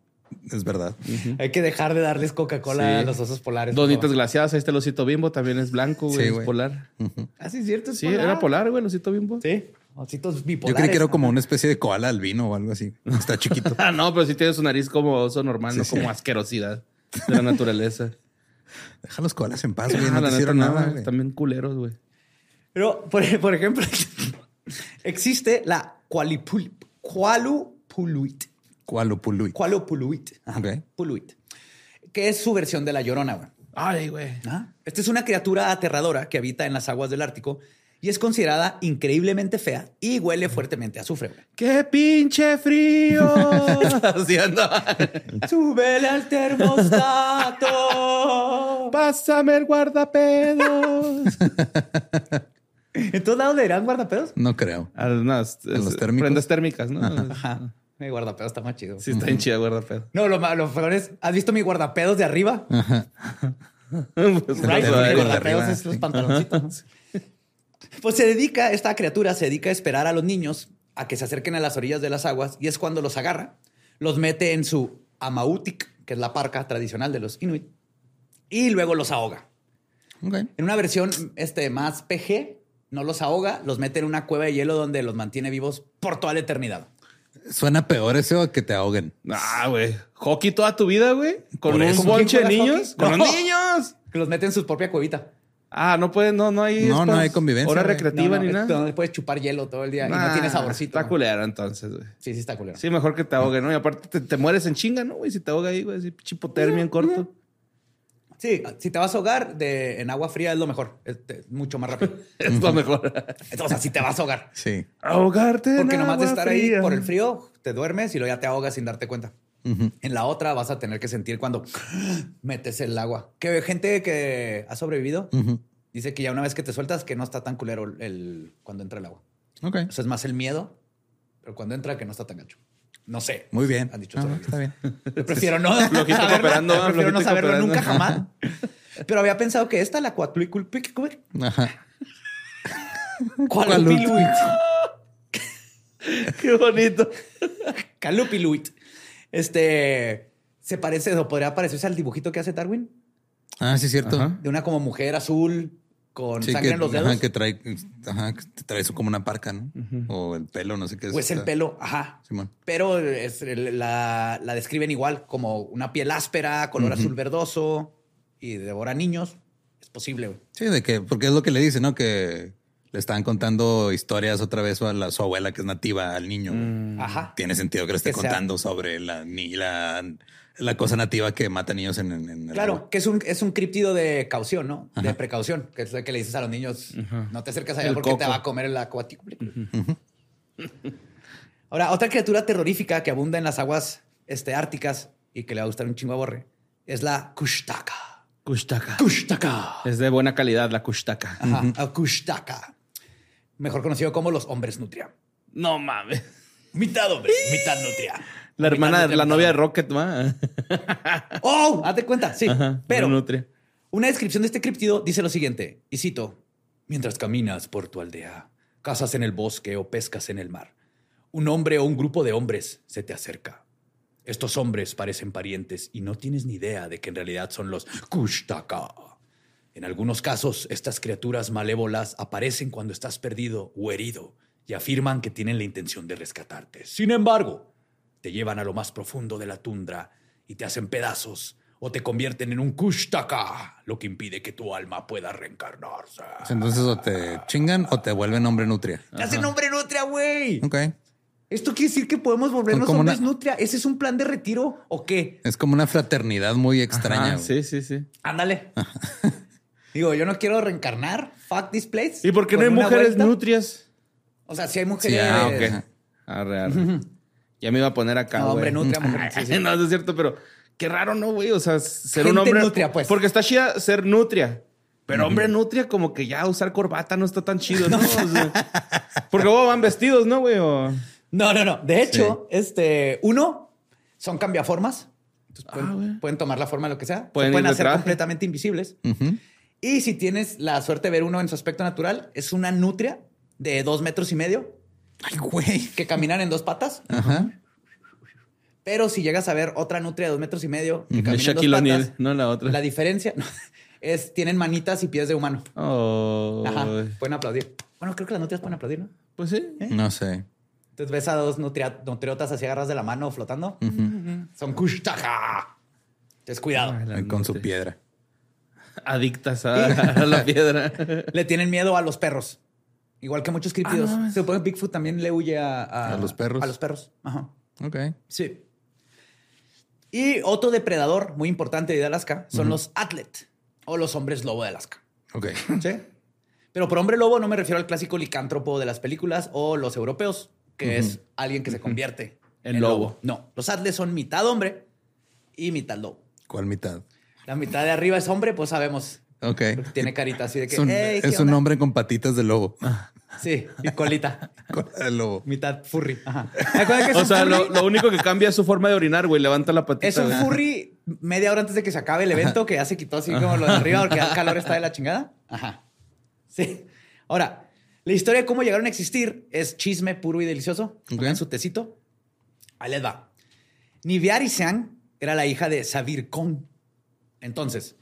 Speaker 2: Es verdad.
Speaker 1: Hay que dejar de darles Coca-Cola
Speaker 3: Sí.
Speaker 1: a los osos polares. por
Speaker 3: Donitas
Speaker 1: favor.
Speaker 3: glaciadas, ahí está el osito bimbo, también es blanco,
Speaker 2: Sí,
Speaker 3: güey, es
Speaker 2: güey.
Speaker 3: polar.
Speaker 1: Ah, sí, es cierto. es
Speaker 3: Sí, era polar, güey, el osito bimbo.
Speaker 1: Sí. Ositos
Speaker 2: Yo
Speaker 1: bipolares.
Speaker 2: creí que era
Speaker 1: ¿no?
Speaker 2: como una especie de koala albino o algo así. Está chiquito.
Speaker 3: Ah, no, pero sí tiene su nariz como oso normal, no como asquerosidad de la naturaleza.
Speaker 2: Deja los koalas en paz,
Speaker 3: Ah,
Speaker 2: güey. No
Speaker 3: la
Speaker 2: te
Speaker 3: neta,
Speaker 2: hicieron
Speaker 3: nada,
Speaker 2: nada, güey.
Speaker 3: También culeros, güey.
Speaker 1: Pero, por, por ejemplo, existe la Kualipul- Kualupuluit.
Speaker 2: Kualupului.
Speaker 1: Kualupuluit. Ajá,
Speaker 2: Ok.
Speaker 1: Puluit. Que es su versión de la llorona. güey.
Speaker 3: Ay, güey.
Speaker 1: Ajá. Esta es una criatura aterradora que habita en las aguas del Ártico y es considerada increíblemente fea y huele fuertemente a azufre. güey.
Speaker 3: ¡Qué pinche frío! Haciendo.
Speaker 1: Súbele al termostato.
Speaker 3: Pásame el guardapedos.
Speaker 1: ¿En todos lados le dirán guardapedos?
Speaker 2: No creo.
Speaker 3: A las,
Speaker 2: A los
Speaker 3: eh,
Speaker 2: térmicos.
Speaker 3: prendas térmicas, ¿no?
Speaker 1: Ajá. Mi guardapedos está más chido.
Speaker 3: Sí, está bien chida guardapedo.
Speaker 1: No, lo, ma- lo peor es, ¿has visto mi guardapedos de arriba?
Speaker 3: Pues,
Speaker 1: Right,
Speaker 2: Pero
Speaker 3: o sea,
Speaker 1: porque
Speaker 2: de
Speaker 1: los
Speaker 2: arriba,
Speaker 1: ateos es
Speaker 2: sí.
Speaker 1: los pantaloncitos, ¿no? Pues se dedica, esta criatura se dedica a esperar a los niños a que se acerquen a las orillas de las aguas y es cuando los agarra, los mete en su amautic, que es la parca tradicional de los inuit, y luego los ahoga.
Speaker 2: Ok.
Speaker 1: En una versión este, más PG, no los ahoga, los mete en una cueva de hielo donde los mantiene vivos por toda la eternidad.
Speaker 2: Suena peor eso a que te ahoguen.
Speaker 3: Ah, güey. Hockey toda tu vida, güey. Con
Speaker 2: Por eso.
Speaker 3: un bonche de
Speaker 1: ¿Con quién juegas
Speaker 3: niños.
Speaker 1: hockey?
Speaker 3: Con
Speaker 1: No.
Speaker 3: los niños.
Speaker 1: Que los mete en su propia cuevita.
Speaker 3: Ah, no puede, no, no hay.
Speaker 2: No,
Speaker 3: estas
Speaker 2: no hay convivencia,
Speaker 3: Hora
Speaker 2: güey.
Speaker 3: recreativa
Speaker 1: no,
Speaker 3: ni
Speaker 1: no,
Speaker 3: nada.
Speaker 1: Donde puedes chupar hielo todo el día y
Speaker 3: Nah,
Speaker 1: no tiene saborcito.
Speaker 3: Está
Speaker 1: ¿no?
Speaker 3: culero entonces, güey.
Speaker 1: Sí, sí, está culero.
Speaker 3: Sí, mejor que te ahogue, ¿no? Y aparte te, te mueres en chinga, ¿no, güey? Si te ahoga ahí, güey. Si chipotermia en corto.
Speaker 1: Sí, si te vas a ahogar de, en agua fría es lo mejor, es, es mucho más rápido.
Speaker 3: Es lo mejor.
Speaker 1: Entonces, o sea, si te vas a ahogar,
Speaker 2: Sí.
Speaker 3: Ahogarte. en
Speaker 1: porque nomás de
Speaker 3: agua
Speaker 1: estar
Speaker 3: fría.
Speaker 1: ahí por el frío, te duermes y luego ya te ahogas sin darte cuenta.
Speaker 2: Ujú.
Speaker 1: En la otra vas a tener que sentir cuando metes el agua. Que hay gente que ha sobrevivido
Speaker 2: Ujú.
Speaker 1: dice que ya una vez que te sueltas que no está tan culero el cuando entra el agua.
Speaker 2: Ok.
Speaker 1: Eso es más el miedo, pero cuando entra que no está tan gacho. No sé.
Speaker 2: Muy bien.
Speaker 1: Han dicho
Speaker 2: Ah,
Speaker 1: sobrevivientes.
Speaker 2: está bien.
Speaker 1: Yo prefiero no
Speaker 3: Flojito
Speaker 1: saberlo,
Speaker 3: cooperando,
Speaker 1: prefiero
Speaker 3: flojito
Speaker 1: no saberlo
Speaker 3: cooperando.
Speaker 1: nunca jamás. Pero había pensado que esta, la cuatliculpic, ¿cómo era?
Speaker 2: Ajá.
Speaker 1: Cualupiluit.
Speaker 3: Qué bonito.
Speaker 1: Calupiluit. Este se parece o podría parecerse al dibujito que hace Darwin
Speaker 2: Ah, sí, es cierto.
Speaker 3: Ajá.
Speaker 1: de una como mujer azul con
Speaker 2: Sí,
Speaker 1: sangre
Speaker 2: que,
Speaker 1: en los
Speaker 2: ajá,
Speaker 1: dedos.
Speaker 2: que trae, ajá, que te trae eso como una parca, ¿no? O el pelo, no sé qué es.
Speaker 1: o es el
Speaker 2: está-
Speaker 1: pelo, ajá.
Speaker 2: Simón.
Speaker 1: Pero es el- la, la describen igual como una piel áspera, color azul verdoso y devora niños. Es posible. güey.
Speaker 2: Sí, de que, porque es lo que le dice, ¿no? Que le estaban contando historias otra vez a la, su abuela que es nativa al niño.
Speaker 1: Mm. Ajá.
Speaker 2: Tiene sentido que le esté
Speaker 1: Que sea-
Speaker 2: contando sobre la, ni la, la cosa nativa que mata niños en, en- en el
Speaker 1: Claro,
Speaker 2: agua.
Speaker 1: que es un, es un criptido de caución, ¿no? De precaución, que es lo que le dices a los niños, no te acerques allá
Speaker 3: El
Speaker 1: porque te
Speaker 3: coco.
Speaker 1: va a comer el acuático. Ahora, otra criatura terrorífica que abunda en las aguas este, árticas y que le va a gustar un chingo a Borre es la Kushtaka.
Speaker 3: Kushtaka.
Speaker 1: Kushtaka.
Speaker 3: Es de buena calidad la Kushtaka.
Speaker 1: Ajá, a Kushtaka. Mejor conocido como los hombres nutria.
Speaker 3: No mames.
Speaker 1: Mitad hombre, mitad nutria.
Speaker 3: La hermana, de,
Speaker 1: Mitad
Speaker 3: la
Speaker 1: nutria,
Speaker 3: novia de
Speaker 1: mitad
Speaker 3: Rocket, ¿va?
Speaker 1: hombre. ¡Oh! Hazte cuenta, sí.
Speaker 3: Ajá,
Speaker 1: Pero
Speaker 3: una nutria.
Speaker 1: Una descripción de este criptido dice lo siguiente, y cito, mientras caminas por tu aldea, cazas en el bosque o pescas en el mar, un hombre o un grupo de hombres se te acerca. Estos hombres parecen parientes y no tienes ni idea de que en realidad son los Kushtaka. En algunos casos, estas criaturas malévolas aparecen cuando estás perdido o herido y afirman que tienen la intención de rescatarte. Sin embargo, te llevan a lo más profundo de la tundra y te hacen pedazos o te convierten en un kushtaka, lo que impide que tu alma pueda reencarnarse.
Speaker 2: Entonces o te chingan o te vuelven hombre nutria.
Speaker 1: ¡Te hacen hombre nutria, güey!
Speaker 2: Ok.
Speaker 1: ¿Esto quiere decir que podemos volvernos
Speaker 2: Como una-
Speaker 1: hombres nutria? ¿Ese es un plan de retiro o qué?
Speaker 2: Es como una fraternidad muy extraña.
Speaker 3: Ajá,
Speaker 2: güey.
Speaker 3: Ah, sí, sí, sí.
Speaker 1: Ándale. Digo, yo no quiero reencarnar. Fuck this place.
Speaker 3: ¿Y por qué no hay
Speaker 1: Con una
Speaker 3: mujeres
Speaker 1: vuelta.
Speaker 3: nutrias?
Speaker 1: O sea, si hay
Speaker 2: Sí,
Speaker 1: mujeres...
Speaker 2: ah,
Speaker 3: Ajá.
Speaker 2: ok.
Speaker 3: Arre, arre. Ya me iba a poner acá,
Speaker 1: No, hombre
Speaker 3: güey.
Speaker 1: nutria, mujer. sí, sí.
Speaker 3: no, eso es cierto, pero qué raro, ¿no, güey? O sea, ser un
Speaker 1: Gente
Speaker 3: hombre.
Speaker 1: nutria, pues.
Speaker 3: Porque está chida ser nutria. Pero hombre nutria, como que ya usar corbata no está tan chido, ¿no? O sea, porque luego van vestidos, ¿no, güey? O-
Speaker 1: No, no, no. De hecho, este, uno, son cambiaformas. Entonces
Speaker 3: Ah,
Speaker 1: pueden,
Speaker 3: güey.
Speaker 1: pueden tomar la forma de lo que sea.
Speaker 3: Pueden
Speaker 1: Se pueden
Speaker 3: ir de
Speaker 1: hacer
Speaker 3: traje.
Speaker 1: completamente invisibles.
Speaker 2: Ujú.
Speaker 1: Y si tienes la suerte de ver uno en su aspecto natural, es una nutria de dos metros y medio
Speaker 2: Ay, güey.
Speaker 1: que caminan en dos patas.
Speaker 2: Ajá.
Speaker 1: Pero si llegas a ver otra nutria de dos metros y medio que
Speaker 3: Es
Speaker 1: camina en
Speaker 3: Shaquille
Speaker 1: dos
Speaker 3: O'Neal,
Speaker 1: patas,
Speaker 3: no la otra.
Speaker 1: la diferencia es tienen manitas y pies de humano.
Speaker 3: Oh,
Speaker 1: Ajá, Eh, pueden aplaudir. Bueno, creo que las nutrias pueden aplaudir, ¿no?
Speaker 3: Pues sí.
Speaker 2: No sé.
Speaker 1: Entonces ves a dos nutria- nutriotas así agarras de la mano flotando. Son kushtaja. Entonces, cuidado.
Speaker 3: Ay, Ah, la
Speaker 2: Con su
Speaker 3: nutria.
Speaker 2: piedra.
Speaker 3: Adictas a, a la piedra.
Speaker 1: Le tienen miedo a los perros. Igual que muchos criptidos.
Speaker 3: Ah, no mames.
Speaker 1: Se supone que Bigfoot también le huye a,
Speaker 2: A los perros.
Speaker 1: A los perros. Ajá.
Speaker 2: Ok.
Speaker 1: Sí. Y otro depredador muy importante de Alaska son los atlet o los hombres lobo de Alaska.
Speaker 2: Ok.
Speaker 1: Sí. Pero por hombre lobo no me refiero al clásico licántropo de las películas o los europeos, que es alguien que se convierte
Speaker 3: En lobo.
Speaker 1: No, los atlet son mitad hombre y mitad lobo.
Speaker 2: ¿Cuál mitad?
Speaker 1: La mitad de arriba es hombre, pues sabemos.
Speaker 2: Ok.
Speaker 1: Tiene carita así de que.
Speaker 2: Es un,
Speaker 1: "Hey, ¿qué
Speaker 2: es un
Speaker 1: onda?". Ah.
Speaker 2: hombre con patitas de lobo.
Speaker 1: Sí, y colita.
Speaker 2: Cola de lobo.
Speaker 1: mitad furry. Ajá. Acuérdate que es
Speaker 3: O
Speaker 1: un
Speaker 3: sea,
Speaker 1: furry.
Speaker 3: lo, lo único que cambia es su forma de orinar, güey. Levanta la patita.
Speaker 1: Es un
Speaker 3: güey.
Speaker 1: furry media hora antes de que se acabe el evento, que ya se quitó así como lo de arriba, porque el calor está de la chingada. Ajá. Sí. Ahora, la historia de cómo llegaron a existir es chisme puro y delicioso.
Speaker 2: Ok.
Speaker 1: Pongan su tecito. Ahí les va. Niviari Sean era la hija de Sabir Kong. Entonces,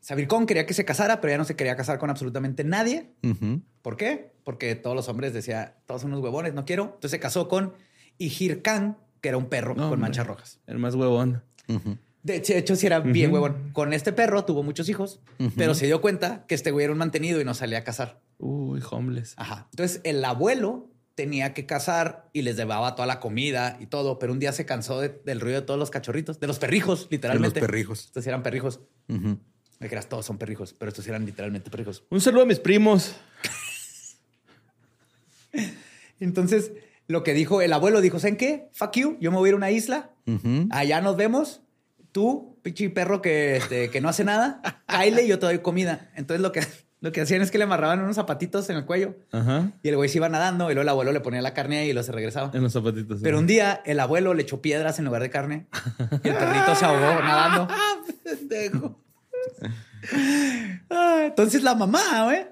Speaker 1: Sabir Kong quería que se casara, pero ya no se quería casar con absolutamente nadie.
Speaker 2: Ujú.
Speaker 1: ¿Por qué? Porque todos los hombres decían, todos son unos huevones, no quiero. Entonces se casó con Ihir Khan, que era un perro
Speaker 3: No,
Speaker 1: con
Speaker 3: hombre.
Speaker 1: manchas rojas.
Speaker 3: El más huevón.
Speaker 2: Ujú.
Speaker 1: De hecho, de hecho, sí era bien huevón. Con este perro tuvo muchos hijos, pero se dio cuenta que este güey era un mantenido y no salía a cazar.
Speaker 3: Uy, homeless.
Speaker 1: Ajá. Entonces, el abuelo tenía que cazar y les llevaba toda la comida y todo, pero un día se cansó de- del ruido de todos los cachorritos, de los perrijos, literalmente.
Speaker 2: De los perrijos.
Speaker 1: Estos sí eran perrijos.
Speaker 2: Ujú.
Speaker 1: Me creas, todos son perrijos, pero estos sí eran literalmente perrijos.
Speaker 3: Un saludo a mis primos.
Speaker 1: Entonces, lo que dijo el abuelo, dijo, ¿saben qué? Fuck you, yo me voy a ir a una isla,
Speaker 2: Ujú.
Speaker 1: allá nos vemos. Tú, pinche perro que, este, que no hace nada, cáele y yo te doy comida. Entonces lo que, lo que hacían es que le amarraban unos zapatitos en el cuello
Speaker 3: Ajá.
Speaker 1: y el güey se iba nadando y luego el abuelo le ponía la carne ahí y luego se regresaba.
Speaker 3: En los zapatitos.
Speaker 1: Pero un día el abuelo le echó piedras en lugar de carne y el perrito se ahogó nadando. Ah, Entonces la mamá, güey,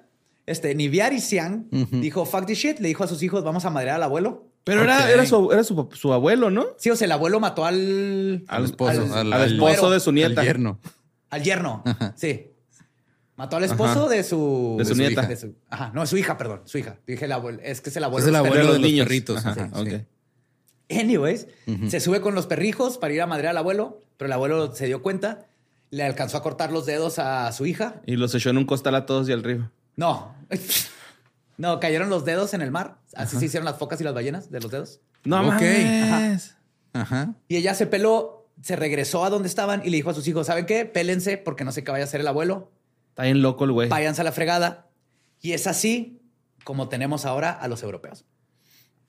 Speaker 1: este, Niviari Sian, dijo, fuck this shit, le dijo a sus hijos, vamos a madrear al abuelo.
Speaker 3: Pero era,
Speaker 2: Ok.
Speaker 3: era, su, era su, su abuelo, ¿no?
Speaker 1: Sí, o sea, el abuelo mató al...
Speaker 2: Al esposo.
Speaker 1: al-
Speaker 2: al-
Speaker 3: al
Speaker 2: al-
Speaker 3: esposo de su nieta.
Speaker 2: Al yerno.
Speaker 1: Al yerno. Sí. Mató al esposo de su...
Speaker 3: De su nieta.
Speaker 1: hija, de su- ajá, no, es su hija, perdón, su hija. Dije el abuelo, es que es el abuelo.
Speaker 2: Es el
Speaker 1: de los
Speaker 2: abuelo de
Speaker 3: los
Speaker 2: los,
Speaker 3: niños.
Speaker 2: perritos.
Speaker 3: Ajá,
Speaker 2: Ajá,
Speaker 3: ok.
Speaker 2: sí.
Speaker 1: Anyways, se sube con los perrijos para ir a madrear al abuelo, pero el abuelo se dio cuenta, le alcanzó a cortar los dedos a su hija.
Speaker 3: Y los echó en un costal a todos y al río.
Speaker 1: No. No, cayeron los dedos en el mar. Así se hicieron las focas y las ballenas de los dedos.
Speaker 3: No
Speaker 2: Ok.
Speaker 3: mames.
Speaker 2: Ajá.
Speaker 1: Y ella se peló, se regresó a donde estaban y le dijo a sus hijos, ¿saben qué? Pélense porque no sé qué vaya a hacer el abuelo.
Speaker 3: Está bien loco el güey.
Speaker 1: Váyanse a la fregada. Y es así como tenemos ahora a los europeos.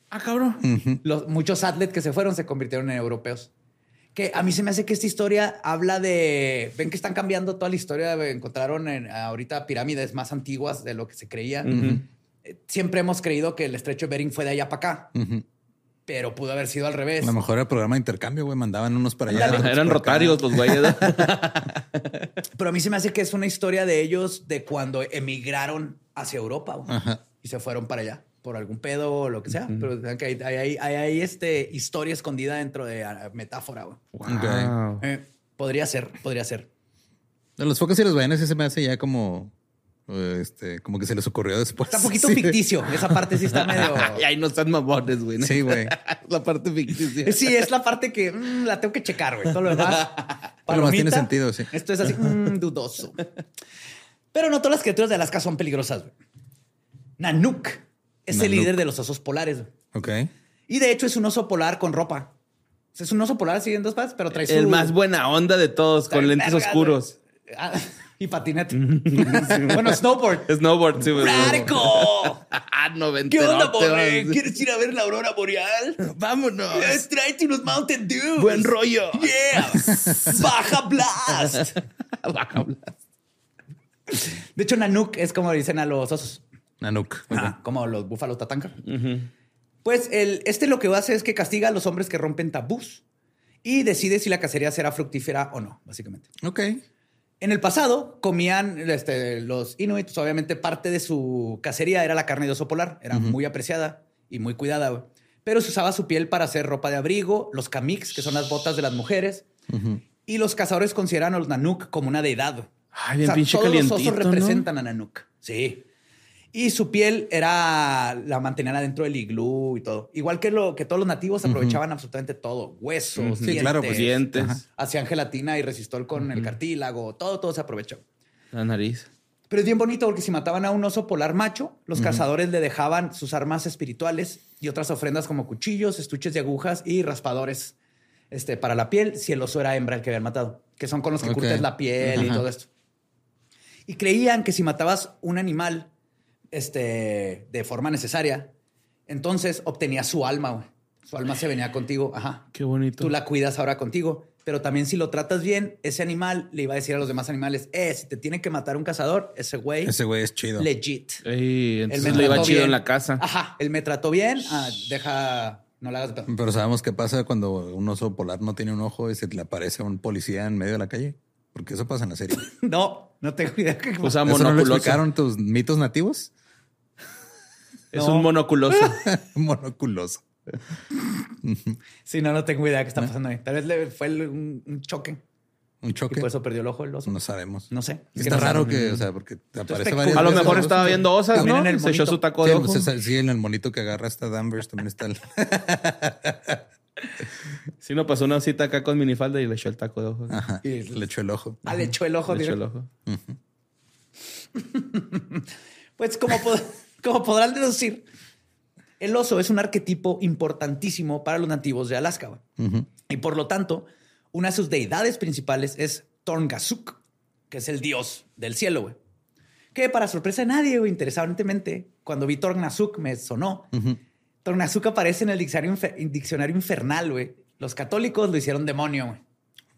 Speaker 3: Ah, cabrón.
Speaker 1: Los, muchos atletas que se fueron se convirtieron en europeos. que a mí se me hace que esta historia habla de. Ven que están cambiando toda la historia. eh, Encontraron en- ahorita pirámides más antiguas de lo que se creía. Eh, Siempre hemos creído que el estrecho de Bering fue de allá para acá,
Speaker 2: Ujú.
Speaker 1: pero pudo haber sido al revés.
Speaker 2: A lo mejor era programa de intercambio, güey. Mandaban unos para allá. otros
Speaker 3: Eran
Speaker 2: para acá.
Speaker 3: rotarios los güeyes.
Speaker 1: Pero a mí se me hace que es una historia de ellos de cuando emigraron hacia Europa güey,
Speaker 2: Ajá.
Speaker 1: y se fueron para allá por algún pedo o lo que sea. Pero saben que hay, hay- hay- hay, este, historia escondida dentro de ah, metáfora. güey.
Speaker 3: Wow.
Speaker 1: Eh, podría ser, podría ser.
Speaker 2: De Los focas y los baianes sí se me hace ya como... eh, Este, como que se les ocurrió después.
Speaker 1: Está un poquito
Speaker 2: Sí.
Speaker 1: ficticio. Esa parte sí está medio.
Speaker 3: Ay, ahí no están mamones, güey. ¿no?
Speaker 2: Sí, güey.
Speaker 3: La parte ficticia.
Speaker 1: Sí, es la parte que mm, la tengo que checar, güey. Todo lo demás.
Speaker 2: Todo lo demás tiene
Speaker 1: palomita.
Speaker 2: sentido, sí.
Speaker 1: Esto es así, mm, dudoso. Pero no todas las criaturas de Alaska son peligrosas, güey. Nanook es el
Speaker 2: Nanook.
Speaker 1: líder de los osos polares. güey.
Speaker 2: Ok.
Speaker 1: Y de hecho es un oso polar con ropa. O sea, Es un oso polar así en dos patas, pero trae su-
Speaker 3: El más buena onda de todos,
Speaker 1: trae
Speaker 3: con lentes
Speaker 1: vergas,
Speaker 3: oscuros.
Speaker 1: güey. Ah, y patinete. bueno, snowboard.
Speaker 3: Snowboard, sí, güey.
Speaker 1: ¡Radical!
Speaker 3: Ah,
Speaker 1: ¿Qué
Speaker 3: noventerote,
Speaker 1: onda,
Speaker 3: vamos.
Speaker 1: pobre? ¿Quieres ir a ver la aurora boreal?
Speaker 3: Vámonos.
Speaker 1: Eh, Tráete unos Mountain Dew.
Speaker 3: Buen rollo.
Speaker 1: Yeah. Baja Blast.
Speaker 3: Baja Blast.
Speaker 1: De hecho, Nanook es como dicen a los osos,
Speaker 2: Nanook. Ok.
Speaker 1: Ajá, como los búfalos tatanca. Pues el, este lo que hace es que castiga a los hombres que rompen tabús y decide si la cacería será fructífera o no, básicamente.
Speaker 2: Ok.
Speaker 1: En el pasado comían este, los inuits, obviamente parte de su cacería era la carne de oso polar, era muy apreciada y muy cuidada, güey. pero se usaba su piel para hacer ropa de abrigo, los kamiks, que son las botas de las mujeres, y los cazadores consideran a los Nanook como una deidad. güey.
Speaker 3: Ay, bien pinche
Speaker 1: todos los
Speaker 3: calientito,
Speaker 1: osos
Speaker 3: ¿no?
Speaker 1: representan a Nanook. Sí. Y su piel era la mantenían adentro del iglú y todo. Igual que lo que todos los nativos aprovechaban absolutamente todo, huesos,
Speaker 3: Ujú.
Speaker 2: Sí, claro, pues,
Speaker 3: Dientes,
Speaker 1: Ajá. Hacían gelatina y resistol con el cartílago, todo todo se aprovechó.
Speaker 3: la nariz.
Speaker 1: Pero es bien bonito porque si mataban a un oso polar macho, los cazadores le dejaban sus armas espirituales y otras ofrendas como cuchillos, estuches de agujas y raspadores este, para la piel si el oso era hembra el que habían matado, que son con los que
Speaker 2: Ok.
Speaker 1: curtes la piel y
Speaker 2: Ajá.
Speaker 1: todo esto. Y creían que si matabas un animal este, de forma necesaria, entonces obtenías su alma, güey. Su alma se venía contigo, ajá.
Speaker 3: Qué bonito.
Speaker 1: Tú la cuidas ahora contigo. Pero también si lo tratas bien, ese animal le iba a decir a los demás animales, eh, si te tiene que matar un cazador, ese güey,
Speaker 2: Ese güey es chido.
Speaker 1: legit.
Speaker 3: Ey,
Speaker 1: Él
Speaker 3: entonces le iba
Speaker 1: trató
Speaker 3: chido
Speaker 1: bien. Ah,
Speaker 3: en la casa.
Speaker 1: Ajá, él me trató bien. Ah, deja, no le hagas... de pedo.
Speaker 2: Pero sabemos qué pasa cuando un oso polar no tiene un ojo y se le aparece un policía en medio de la calle. Porque eso pasa en la serie.
Speaker 1: No, no tengo idea. qué-
Speaker 3: O sea,
Speaker 2: ¿Eso no lo
Speaker 3: Pues monoculoso.
Speaker 2: explicaron tus mitos nativos?
Speaker 3: Es
Speaker 1: No.
Speaker 3: un monoculoso.
Speaker 2: Monoculoso.
Speaker 1: Sí, no, no tengo idea qué está pasando ahí. Tal vez le fue el- un, un choque
Speaker 2: Un
Speaker 1: y
Speaker 2: choque.
Speaker 3: pues,
Speaker 1: por eso perdió el ojo el oso.
Speaker 2: no sabemos.
Speaker 1: No sé. Es que
Speaker 2: Está
Speaker 1: no sé.
Speaker 2: raro que, o sea, porque te aparece
Speaker 1: especulas.
Speaker 2: varias
Speaker 3: A lo
Speaker 2: veces
Speaker 3: mejor
Speaker 2: el oso.
Speaker 3: estaba viendo osas,
Speaker 1: También
Speaker 3: ¿no?
Speaker 1: en el
Speaker 3: Se echó
Speaker 1: monito.
Speaker 3: su taco
Speaker 2: Sí,
Speaker 3: de
Speaker 2: pues,
Speaker 3: ojo.
Speaker 2: esa- sí, en el monito que agarra está Danvers también está el-
Speaker 3: Sí, no pasó una cita acá con minifalda y le echó el taco de ojo.
Speaker 2: Ajá,
Speaker 1: Y-
Speaker 2: le echó el ojo.
Speaker 1: Ah, le echó el ojo.
Speaker 3: Le echó
Speaker 1: directo.
Speaker 3: el ojo.
Speaker 1: Pues como, pod- como podrán deducir, el oso es un arquetipo importantísimo para los nativos de Alaska. güey. Y por lo tanto, una de sus deidades principales es Torngasuk, que es el dios del cielo. güey. Que para sorpresa de nadie, güey, interesantemente, cuando vi Torngasuk me sonó. Torngasuk aparece en el diccionario, infer- diccionario infernal. güey. Los católicos lo hicieron demonio. güey.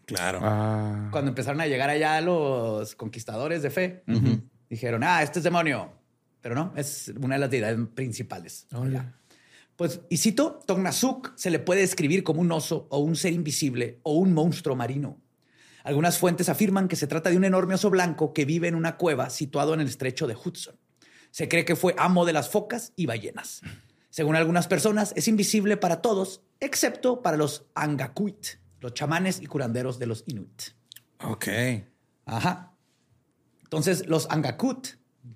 Speaker 2: Claro.
Speaker 3: Ah.
Speaker 1: Cuando empezaron a llegar allá los conquistadores de fe, dijeron, ah, este es demonio. Pero no, es una de las deidades principales.
Speaker 3: Hola.
Speaker 1: Pues, y cito, Tognazuk se le puede describir como un oso o un ser invisible o un monstruo marino. Algunas fuentes afirman que se trata de un enorme oso blanco que vive en una cueva situado en el estrecho de Hudson. Se cree que fue amo de las focas y ballenas. Según algunas personas, es invisible para todos, excepto para los Angakuit, los chamanes y curanderos de los Inuit.
Speaker 2: Ok.
Speaker 1: Ajá. Entonces, los Angakut,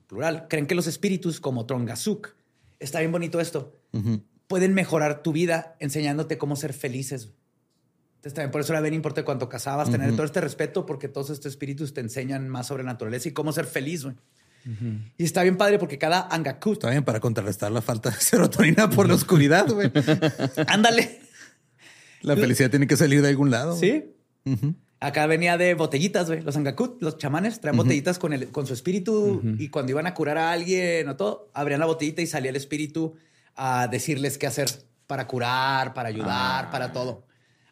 Speaker 1: plural, creen que los espíritus como Trongasuk, está bien bonito esto, pueden mejorar tu vida enseñándote cómo ser felices. Entonces, también por eso era bien importante cuando casabas, tener todo este respeto, porque todos estos espíritus te enseñan más sobre naturaleza y cómo ser feliz. güey. Y está bien padre porque cada Angakut,
Speaker 2: Está bien para contrarrestar la falta de serotonina por la oscuridad, güey.
Speaker 1: ándale.
Speaker 2: La felicidad tiene que salir de algún lado. güey.
Speaker 1: Sí. Acá venía de botellitas, güey. Los angakut, los chamanes, traen botellitas con, el, con su espíritu y cuando iban a curar a alguien o todo, abrían la botellita y salía el espíritu a decirles qué hacer para curar, para ayudar, para todo.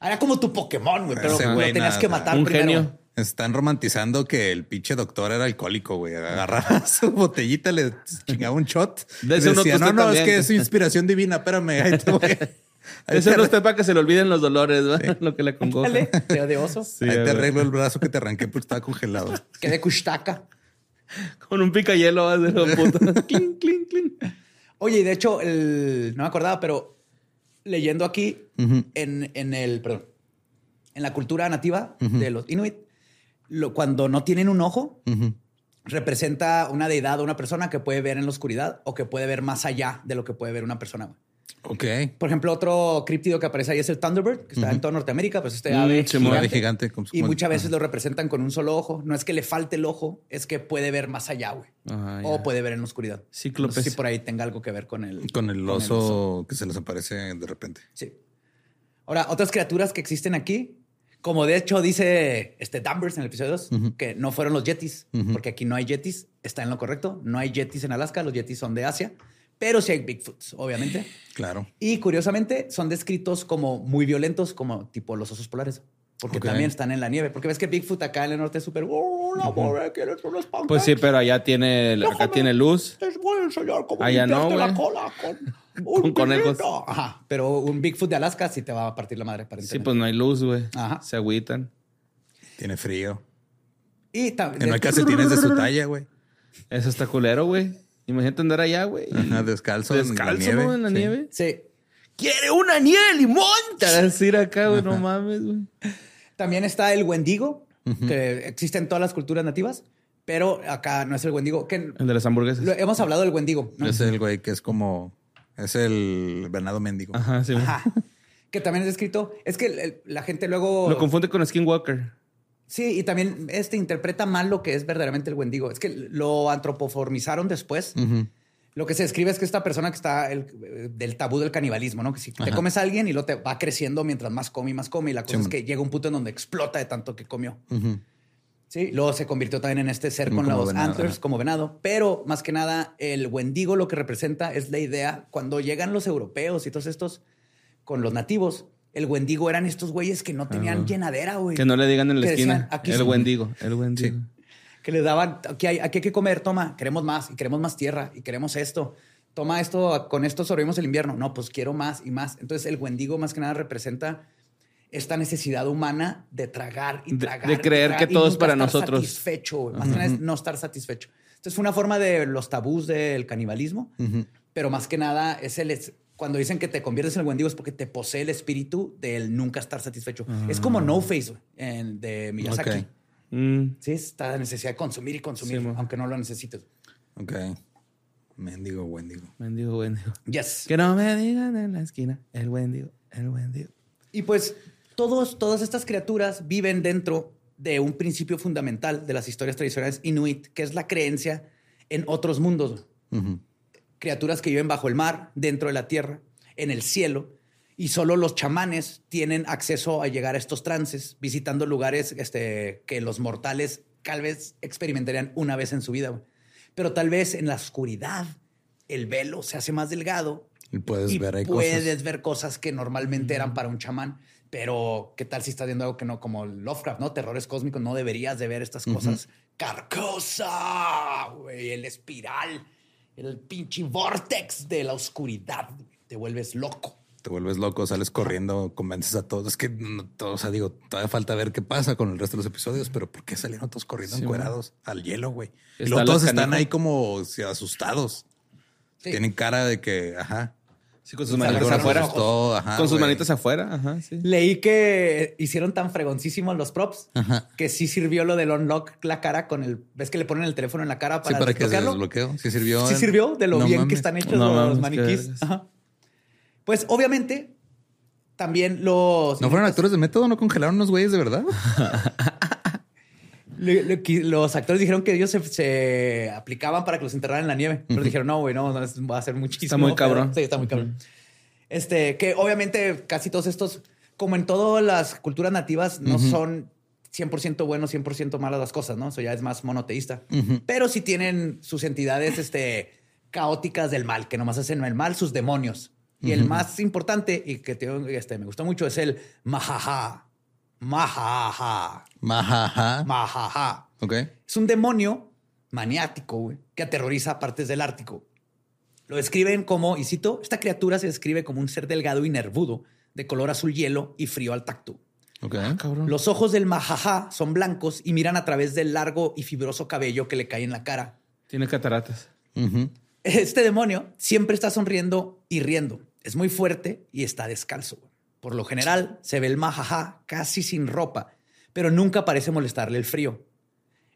Speaker 1: Era como tu Pokémon, güey, pero
Speaker 2: Ah. Ese
Speaker 1: lo
Speaker 2: güey,
Speaker 1: tenías
Speaker 2: nada,
Speaker 1: que
Speaker 2: nada.
Speaker 1: matar
Speaker 3: Un
Speaker 1: primero.
Speaker 3: genio.
Speaker 2: Están romantizando que el pinche doctor era alcohólico, güey. Agarraba su botellita, le chingaba un shot.
Speaker 3: De
Speaker 2: De
Speaker 3: ese uno
Speaker 2: decía,
Speaker 3: tú
Speaker 2: no, no,
Speaker 3: también".
Speaker 2: es que es inspiración divina, espérame. Ahí te voy. Ahí
Speaker 3: Eso
Speaker 2: te,
Speaker 3: no está para que se le olviden los dolores, ¿va? Lo que le congoja.
Speaker 1: Dale, de de oso.
Speaker 3: Sí,
Speaker 2: ahí te
Speaker 3: güey.
Speaker 2: arreglo el brazo que te arranqué porque estaba congelado.
Speaker 1: Que de Kushtaca.
Speaker 3: Con un picayelo vas de lo puto. clink, clink, clink.
Speaker 1: Oye, y de hecho, el, no me acordaba, pero leyendo aquí
Speaker 2: Ujú.
Speaker 1: en, en el, perdón, en la cultura nativa de los Inuit, lo- cuando no tienen un ojo,
Speaker 2: Ujú.
Speaker 1: representa una deidad o una persona que puede ver en la oscuridad o que puede ver más allá de lo que puede ver una persona. güey.
Speaker 2: Ok.
Speaker 1: Por ejemplo, otro críptido que aparece ahí es el Thunderbird, que está en toda Norteamérica, pues este
Speaker 3: Mm,
Speaker 1: ave
Speaker 3: Simón.
Speaker 1: gigante.
Speaker 2: Ave gigante, como-
Speaker 1: y
Speaker 2: como-
Speaker 1: muchas veces lo representan con un solo ojo. No es que le falte el ojo, es que puede ver más allá, güey.
Speaker 3: Ah,
Speaker 1: o
Speaker 3: ya.
Speaker 1: puede ver en la oscuridad.
Speaker 3: Cíclopes.
Speaker 1: No sé si por ahí tenga algo que ver con el...
Speaker 2: Con el oso que se les aparece de repente.
Speaker 1: Sí. Ahora, otras criaturas que existen aquí, como de hecho dice este Danvers en el episodio 2, que no fueron los yetis, porque aquí no hay yetis, está en lo correcto, no hay yetis en Alaska, los yetis son de Asia, pero sí hay Bigfoots, obviamente.
Speaker 2: Claro.
Speaker 1: Y curiosamente son descritos como muy violentos, como tipo los osos polares. Porque
Speaker 2: Ok.
Speaker 1: también están en la nieve. Porque ves que Bigfoot acá en el norte es súper... "Oh, la madre, ¿quieres unos
Speaker 3: Pues sí,
Speaker 1: pancakes?
Speaker 3: pero allá tiene, acá
Speaker 1: Déjame-
Speaker 3: tiene luz.
Speaker 1: Les voy a enseñar cómo
Speaker 3: Allá no,
Speaker 1: limpiarte la
Speaker 3: güey.
Speaker 1: cola con un
Speaker 3: Con conejos.
Speaker 1: vinito". Oh, Ajá, pero un Bigfoot de Alaska sí te va a partir la madre,
Speaker 3: Sí,
Speaker 1: aparentemente.
Speaker 3: pues no hay luz, güey.
Speaker 1: Ajá.
Speaker 3: Se agüitan.
Speaker 2: Tiene frío.
Speaker 1: Y también...
Speaker 2: Que no hay calcetines de su talla, güey.
Speaker 3: Eso está culero, güey. Imagínate andar allá, güey. y
Speaker 2: Ajá, descalzo.
Speaker 3: Descalzo,
Speaker 2: en la nieve.
Speaker 3: ¿no? En la
Speaker 2: Sí.
Speaker 3: nieve.
Speaker 1: Sí.
Speaker 3: ¡Quiere una nieve de limón! Te vas a decir acá, güey. No mames, güey.
Speaker 1: También está el Wendigo, que existe en todas las culturas nativas, pero acá no es el Wendigo. Que
Speaker 3: El de las hamburguesas.
Speaker 1: lo- hemos hablado del Wendigo, ¿no?
Speaker 2: Es el güey que es como. Es el venado mendigo.
Speaker 3: Ajá, sí. güey.
Speaker 1: Ajá. que también es descrito. Es que el- el- la gente luego.
Speaker 3: Lo confunde con Skinwalker.
Speaker 1: Sí, y también este interpreta mal lo que es verdaderamente el Wendigo. Es que lo antropoformizaron después.
Speaker 2: Ujú.
Speaker 1: Lo que se describe es que esta persona que está el- eh, del tabú del canibalismo, ¿no? Que si te comes a alguien y lo te va creciendo mientras más come y más come. Y la cosa
Speaker 2: Sí,
Speaker 1: es
Speaker 2: man.
Speaker 1: que llega un punto en donde explota de tanto que comió.
Speaker 2: Ujú.
Speaker 1: Sí, luego se convirtió también en este ser
Speaker 2: Como-
Speaker 1: con
Speaker 2: como
Speaker 1: los
Speaker 2: venado,
Speaker 1: antlers
Speaker 2: ajá.
Speaker 1: como venado, pero más que nada el wendigo lo que representa es la idea cuando llegan los europeos y todos estos con los nativos, el wendigo eran estos güeyes que no tenían
Speaker 2: Ah.
Speaker 1: llenadera, güey.
Speaker 3: Que no le digan en la
Speaker 1: Que
Speaker 3: esquina.
Speaker 1: decían, "Aquí
Speaker 3: el
Speaker 1: son".
Speaker 3: Wendigo. El Wendigo.
Speaker 1: Que les daban, aquí hay, aquí hay que comer, toma, queremos más y queremos más tierra y queremos esto. Toma esto, con esto sobrevivimos el invierno. No, pues quiero más y más. Entonces el wendigo más que nada representa esta necesidad humana de tragar y
Speaker 3: De-
Speaker 1: tragar.
Speaker 3: de
Speaker 1: y
Speaker 3: creer
Speaker 1: tragar
Speaker 3: que
Speaker 1: y
Speaker 3: todo es
Speaker 1: nunca
Speaker 3: para
Speaker 1: estar
Speaker 3: nosotros.
Speaker 1: Satisfecho, güey. más que nada es no estar satisfecho. Entonces fue una forma de los tabús del canibalismo, pero más que nada es el... es- cuando dicen que te conviertes en el wendigo es porque te posee el espíritu del nunca estar satisfecho. Es como No Face güey, en- de Miyazaki.
Speaker 2: Ok.
Speaker 3: Mm.
Speaker 1: Sí, esta necesidad de consumir y consumir,
Speaker 3: Sí, mo.
Speaker 1: aunque no lo necesites.
Speaker 2: Ok. Mendigo, Wendigo.
Speaker 3: Wendigo, Wendigo.
Speaker 1: Yes.
Speaker 3: Que no me digan en la esquina. El Wendigo. El Wendigo.
Speaker 1: Y pues todos, todas estas criaturas viven dentro de un principio fundamental de las historias tradicionales inuit, que es la creencia en otros mundos.
Speaker 2: Ujú.
Speaker 1: Criaturas que viven bajo el mar, dentro de la tierra, en el cielo, y solo los chamanes tienen acceso a llegar a estos trances, visitando lugares este, que los mortales tal vez experimentarían una vez en su vida. güey. Pero tal vez en la oscuridad el velo se hace más delgado
Speaker 2: Y puedes
Speaker 1: y
Speaker 2: ver ahí
Speaker 1: puedes
Speaker 2: cosas.
Speaker 1: ver cosas que normalmente eran para un chamán, pero qué tal si estás viendo algo que no, como Lovecraft, ¿no? Terrores cósmicos, no deberías de ver estas cosas. Carcosa, güey, el espiral, el pinche vortex de la oscuridad, güey, te vuelves loco.
Speaker 2: Te vuelves loco, sales corriendo, convences a todos. Es que no, todo, o sea, digo, todavía falta ver qué pasa con el resto de los episodios, pero ¿por qué salieron todos corriendo
Speaker 3: Sí,
Speaker 2: encuerados al hielo, güey? Y
Speaker 3: Está
Speaker 2: luego todos
Speaker 3: la
Speaker 2: están
Speaker 3: canijo.
Speaker 2: ahí como o sea, asustados.
Speaker 1: Sí.
Speaker 2: Tienen cara de que, ajá.
Speaker 3: Sí, con sus
Speaker 1: sea,
Speaker 3: manitas
Speaker 2: algo nos
Speaker 1: afuera.
Speaker 3: afuera.
Speaker 2: asustó, ajá,
Speaker 3: con sus
Speaker 2: güey.
Speaker 3: manitas afuera. Ajá, sí.
Speaker 1: Leí que hicieron tan fregoncísimos los props
Speaker 2: Ajá.
Speaker 1: que sí sirvió lo del unlock la cara con el. ¿Ves que le ponen el teléfono en la cara
Speaker 2: Sí,
Speaker 1: para,
Speaker 2: para que se
Speaker 1: desbloquearlo?
Speaker 2: desbloqueó. Sí sirvió.
Speaker 1: Sí
Speaker 2: en-
Speaker 1: sirvió de lo
Speaker 2: No
Speaker 1: bien que
Speaker 2: mames.
Speaker 1: están hechos
Speaker 3: No
Speaker 1: los
Speaker 3: mames, qué
Speaker 1: maniquís.
Speaker 3: vergas.
Speaker 1: Ajá. Pues obviamente también los
Speaker 2: ¿No fueron actores de método? ¿No congelaron unos güeyes de verdad?
Speaker 1: le- le- qui- los actores dijeron que ellos se, se aplicaban para que los enterraran en la nieve, pero dijeron no, güey, no, no, es- va a ser muchísimo.
Speaker 3: Está muy cabrón.
Speaker 1: Sí, está muy cabrón. Este que obviamente casi todos estos, como en todas las culturas nativas, no son 100% buenos, 100% malas las cosas, ¿no? Eso ya es más monoteísta. Pero sí tienen sus entidades este, caóticas del mal, que nomás hacen el mal, sus demonios. Y el más importante y que te- este, me gustó mucho es el majaja. Majaja.
Speaker 2: Majaja.
Speaker 1: Majaja.
Speaker 2: Ok.
Speaker 1: Es un demonio maniático güey, que aterroriza partes del Ártico. Lo describen como, y cito, esta criatura se describe como un ser delgado y nervudo, de color azul hielo y frío al tacto.
Speaker 2: Ok.
Speaker 1: Ah,
Speaker 3: Cabrón.
Speaker 1: Los ojos del majajá son blancos y miran a través del largo y fibroso cabello que le cae en la cara.
Speaker 3: Tiene cataratas.
Speaker 2: Ujú.
Speaker 1: Este demonio siempre está sonriendo y riendo. Es muy fuerte y está descalzo. Por lo general, se ve el majajá casi sin ropa, pero nunca parece molestarle el frío.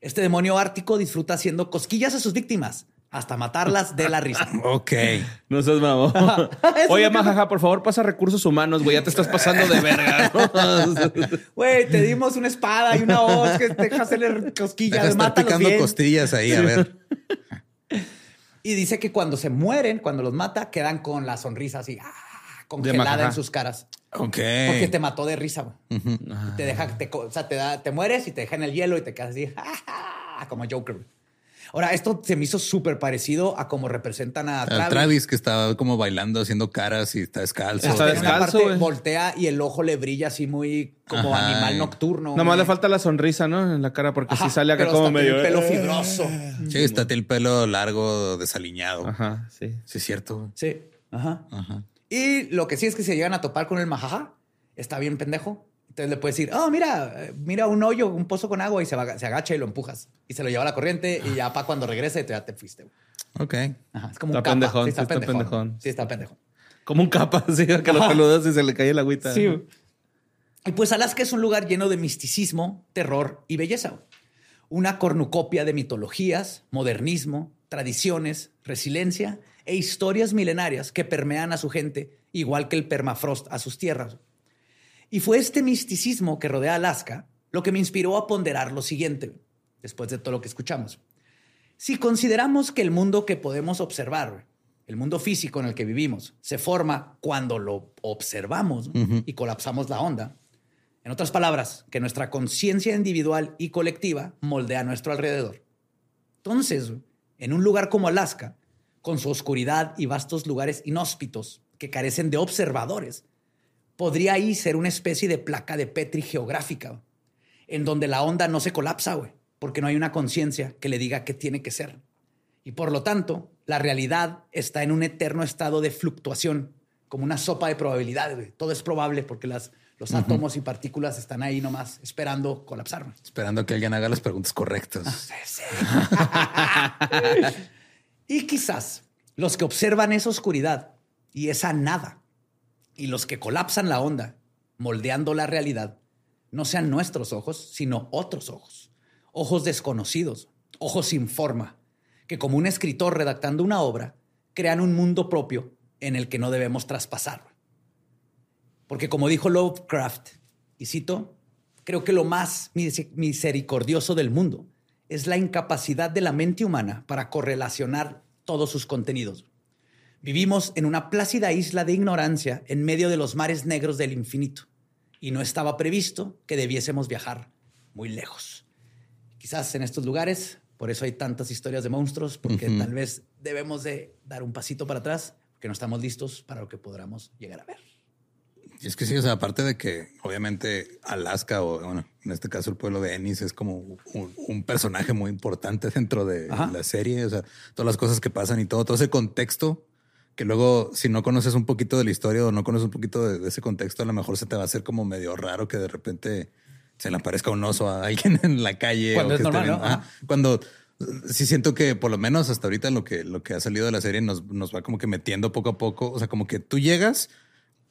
Speaker 1: Este demonio ártico disfruta haciendo cosquillas a sus víctimas hasta matarlas de la risa.
Speaker 2: Ok.
Speaker 3: No seas mamón. Oye, majaja, por favor, pasa recursos humanos, güey. Ya te estás pasando de verga. ¿no?
Speaker 1: Güey, te dimos una espada y una hoz que te deja hacerle
Speaker 2: Deja
Speaker 1: cosquillas,
Speaker 2: de estar
Speaker 1: mátalos
Speaker 2: picando
Speaker 1: bien.
Speaker 2: costillas ahí, a ver.
Speaker 1: Y dice que cuando se mueren, cuando los mata, quedan con la sonrisa así, ah, congelada
Speaker 3: majajá.
Speaker 1: en sus caras.
Speaker 2: Ok.
Speaker 3: Eh.
Speaker 1: Porque te mató de risa, güey. Y Te deja, te, co- o sea, te, da- te mueres y te deja en el hielo y te quedas así, ¡ah! como Joker. güey. Ahora, esto se me hizo súper parecido a como representan a
Speaker 2: A
Speaker 1: Travis.
Speaker 2: Travis. que está como bailando, haciendo caras y está descalzo.
Speaker 3: Está
Speaker 1: Este, en una
Speaker 3: descalzo.
Speaker 1: parte
Speaker 3: güey.
Speaker 1: voltea y el ojo le brilla así muy como
Speaker 2: Ajá.
Speaker 1: animal nocturno.
Speaker 3: Nada más
Speaker 1: güey.
Speaker 3: le falta la sonrisa, ¿no? En la cara, porque si
Speaker 1: Ajá,
Speaker 3: sale acá
Speaker 1: pero
Speaker 3: como
Speaker 1: hasta tiene
Speaker 3: medio.
Speaker 1: el pelo
Speaker 3: eh.
Speaker 1: fibroso.
Speaker 2: Sí, está tiene el pelo largo, desaliñado.
Speaker 3: Ajá, sí.
Speaker 2: Sí, es cierto. güey.
Speaker 1: Sí. Ajá.
Speaker 2: Ajá.
Speaker 1: Y lo que sí es que se llegan a topar con el majaja, está bien pendejo. Entonces le puedes decir, oh, mira, eh, mira un hoyo, un pozo con agua y se, va- se agacha y lo empujas. Y se lo lleva a la corriente y ya para cuando regrese te- ya te fuiste. güey.
Speaker 2: Ok.
Speaker 1: Ajá, es como
Speaker 3: Está
Speaker 1: un capa.
Speaker 3: pendejón,
Speaker 1: Sí, está,
Speaker 3: sí está
Speaker 1: pendejón.
Speaker 3: pendejón.
Speaker 1: Sí, está pendejón.
Speaker 3: Como un capa, así, que lo saludas y se le cae el agüita.
Speaker 1: Sí, güey. Y pues Alaska es un lugar lleno de misticismo, terror y belleza. güey. Una cornucopia de mitologías, modernismo, tradiciones, resiliencia e historias milenarias que permean a su gente, igual que el permafrost a sus tierras. Y fue este misticismo que rodea Alaska lo que me inspiró a ponderar lo siguiente, güey, después de todo lo que escuchamos. Si consideramos que el mundo que podemos observar, güey, el mundo físico en el que vivimos, se forma cuando lo observamos ¿no? y colapsamos la onda, en otras palabras, que nuestra conciencia individual y colectiva moldea a nuestro alrededor. Entonces, güey, en un lugar como Alaska, con su oscuridad y vastos lugares inhóspitos que carecen de observadores, podría ahí ser una especie de placa de Petri geográfica, güey, en donde la onda no se colapsa, güey, porque no hay una conciencia que le diga qué tiene que ser. Y por lo tanto, la realidad está en un eterno estado de fluctuación, como una sopa de probabilidades. güey. Todo es probable porque las, los átomos y partículas están ahí nomás esperando colapsar. güey.
Speaker 2: Esperando que alguien haga las preguntas
Speaker 1: Ah,
Speaker 2: correctas.
Speaker 1: ¿eh? Y quizás los que observan esa oscuridad y esa nada, y los que colapsan la onda, moldeando la realidad, no sean nuestros ojos, sino otros ojos, ojos desconocidos, ojos sin forma, que como un escritor redactando una obra, crean un mundo propio en el que no debemos traspasar. Porque como dijo Lovecraft, y cito, creo que lo más mis- misericordioso del mundo es la incapacidad de la mente humana para correlacionar todos sus contenidos. Vivimos en una plácida isla de ignorancia en medio de los mares negros del infinito y no estaba previsto que debiésemos viajar muy lejos. Quizás en estos lugares, por eso hay tantas historias de monstruos, porque tal vez debemos de dar un pasito para atrás, porque no estamos listos para lo que podamos llegar a ver.
Speaker 2: Y es que sí, o sea, aparte de que obviamente Alaska o, bueno, en este caso el pueblo de Ennis es como un, un personaje muy importante dentro de
Speaker 1: Ajá.
Speaker 2: la serie, o sea, todas las cosas que pasan y todo, todo ese contexto que luego si no conoces un poquito de la historia o no conoces un poquito de, de ese contexto, a lo mejor se te va a hacer como medio raro que de repente se le aparezca un oso a alguien en la calle.
Speaker 1: Cuando
Speaker 2: o
Speaker 1: es
Speaker 2: que esté
Speaker 1: normal,
Speaker 2: viendo-
Speaker 1: ¿no?
Speaker 2: Ajá. Cuando eh, sí siento que por lo menos hasta ahorita lo que, lo que ha salido de la serie nos, nos va como que metiendo poco a poco, o sea, como que tú llegas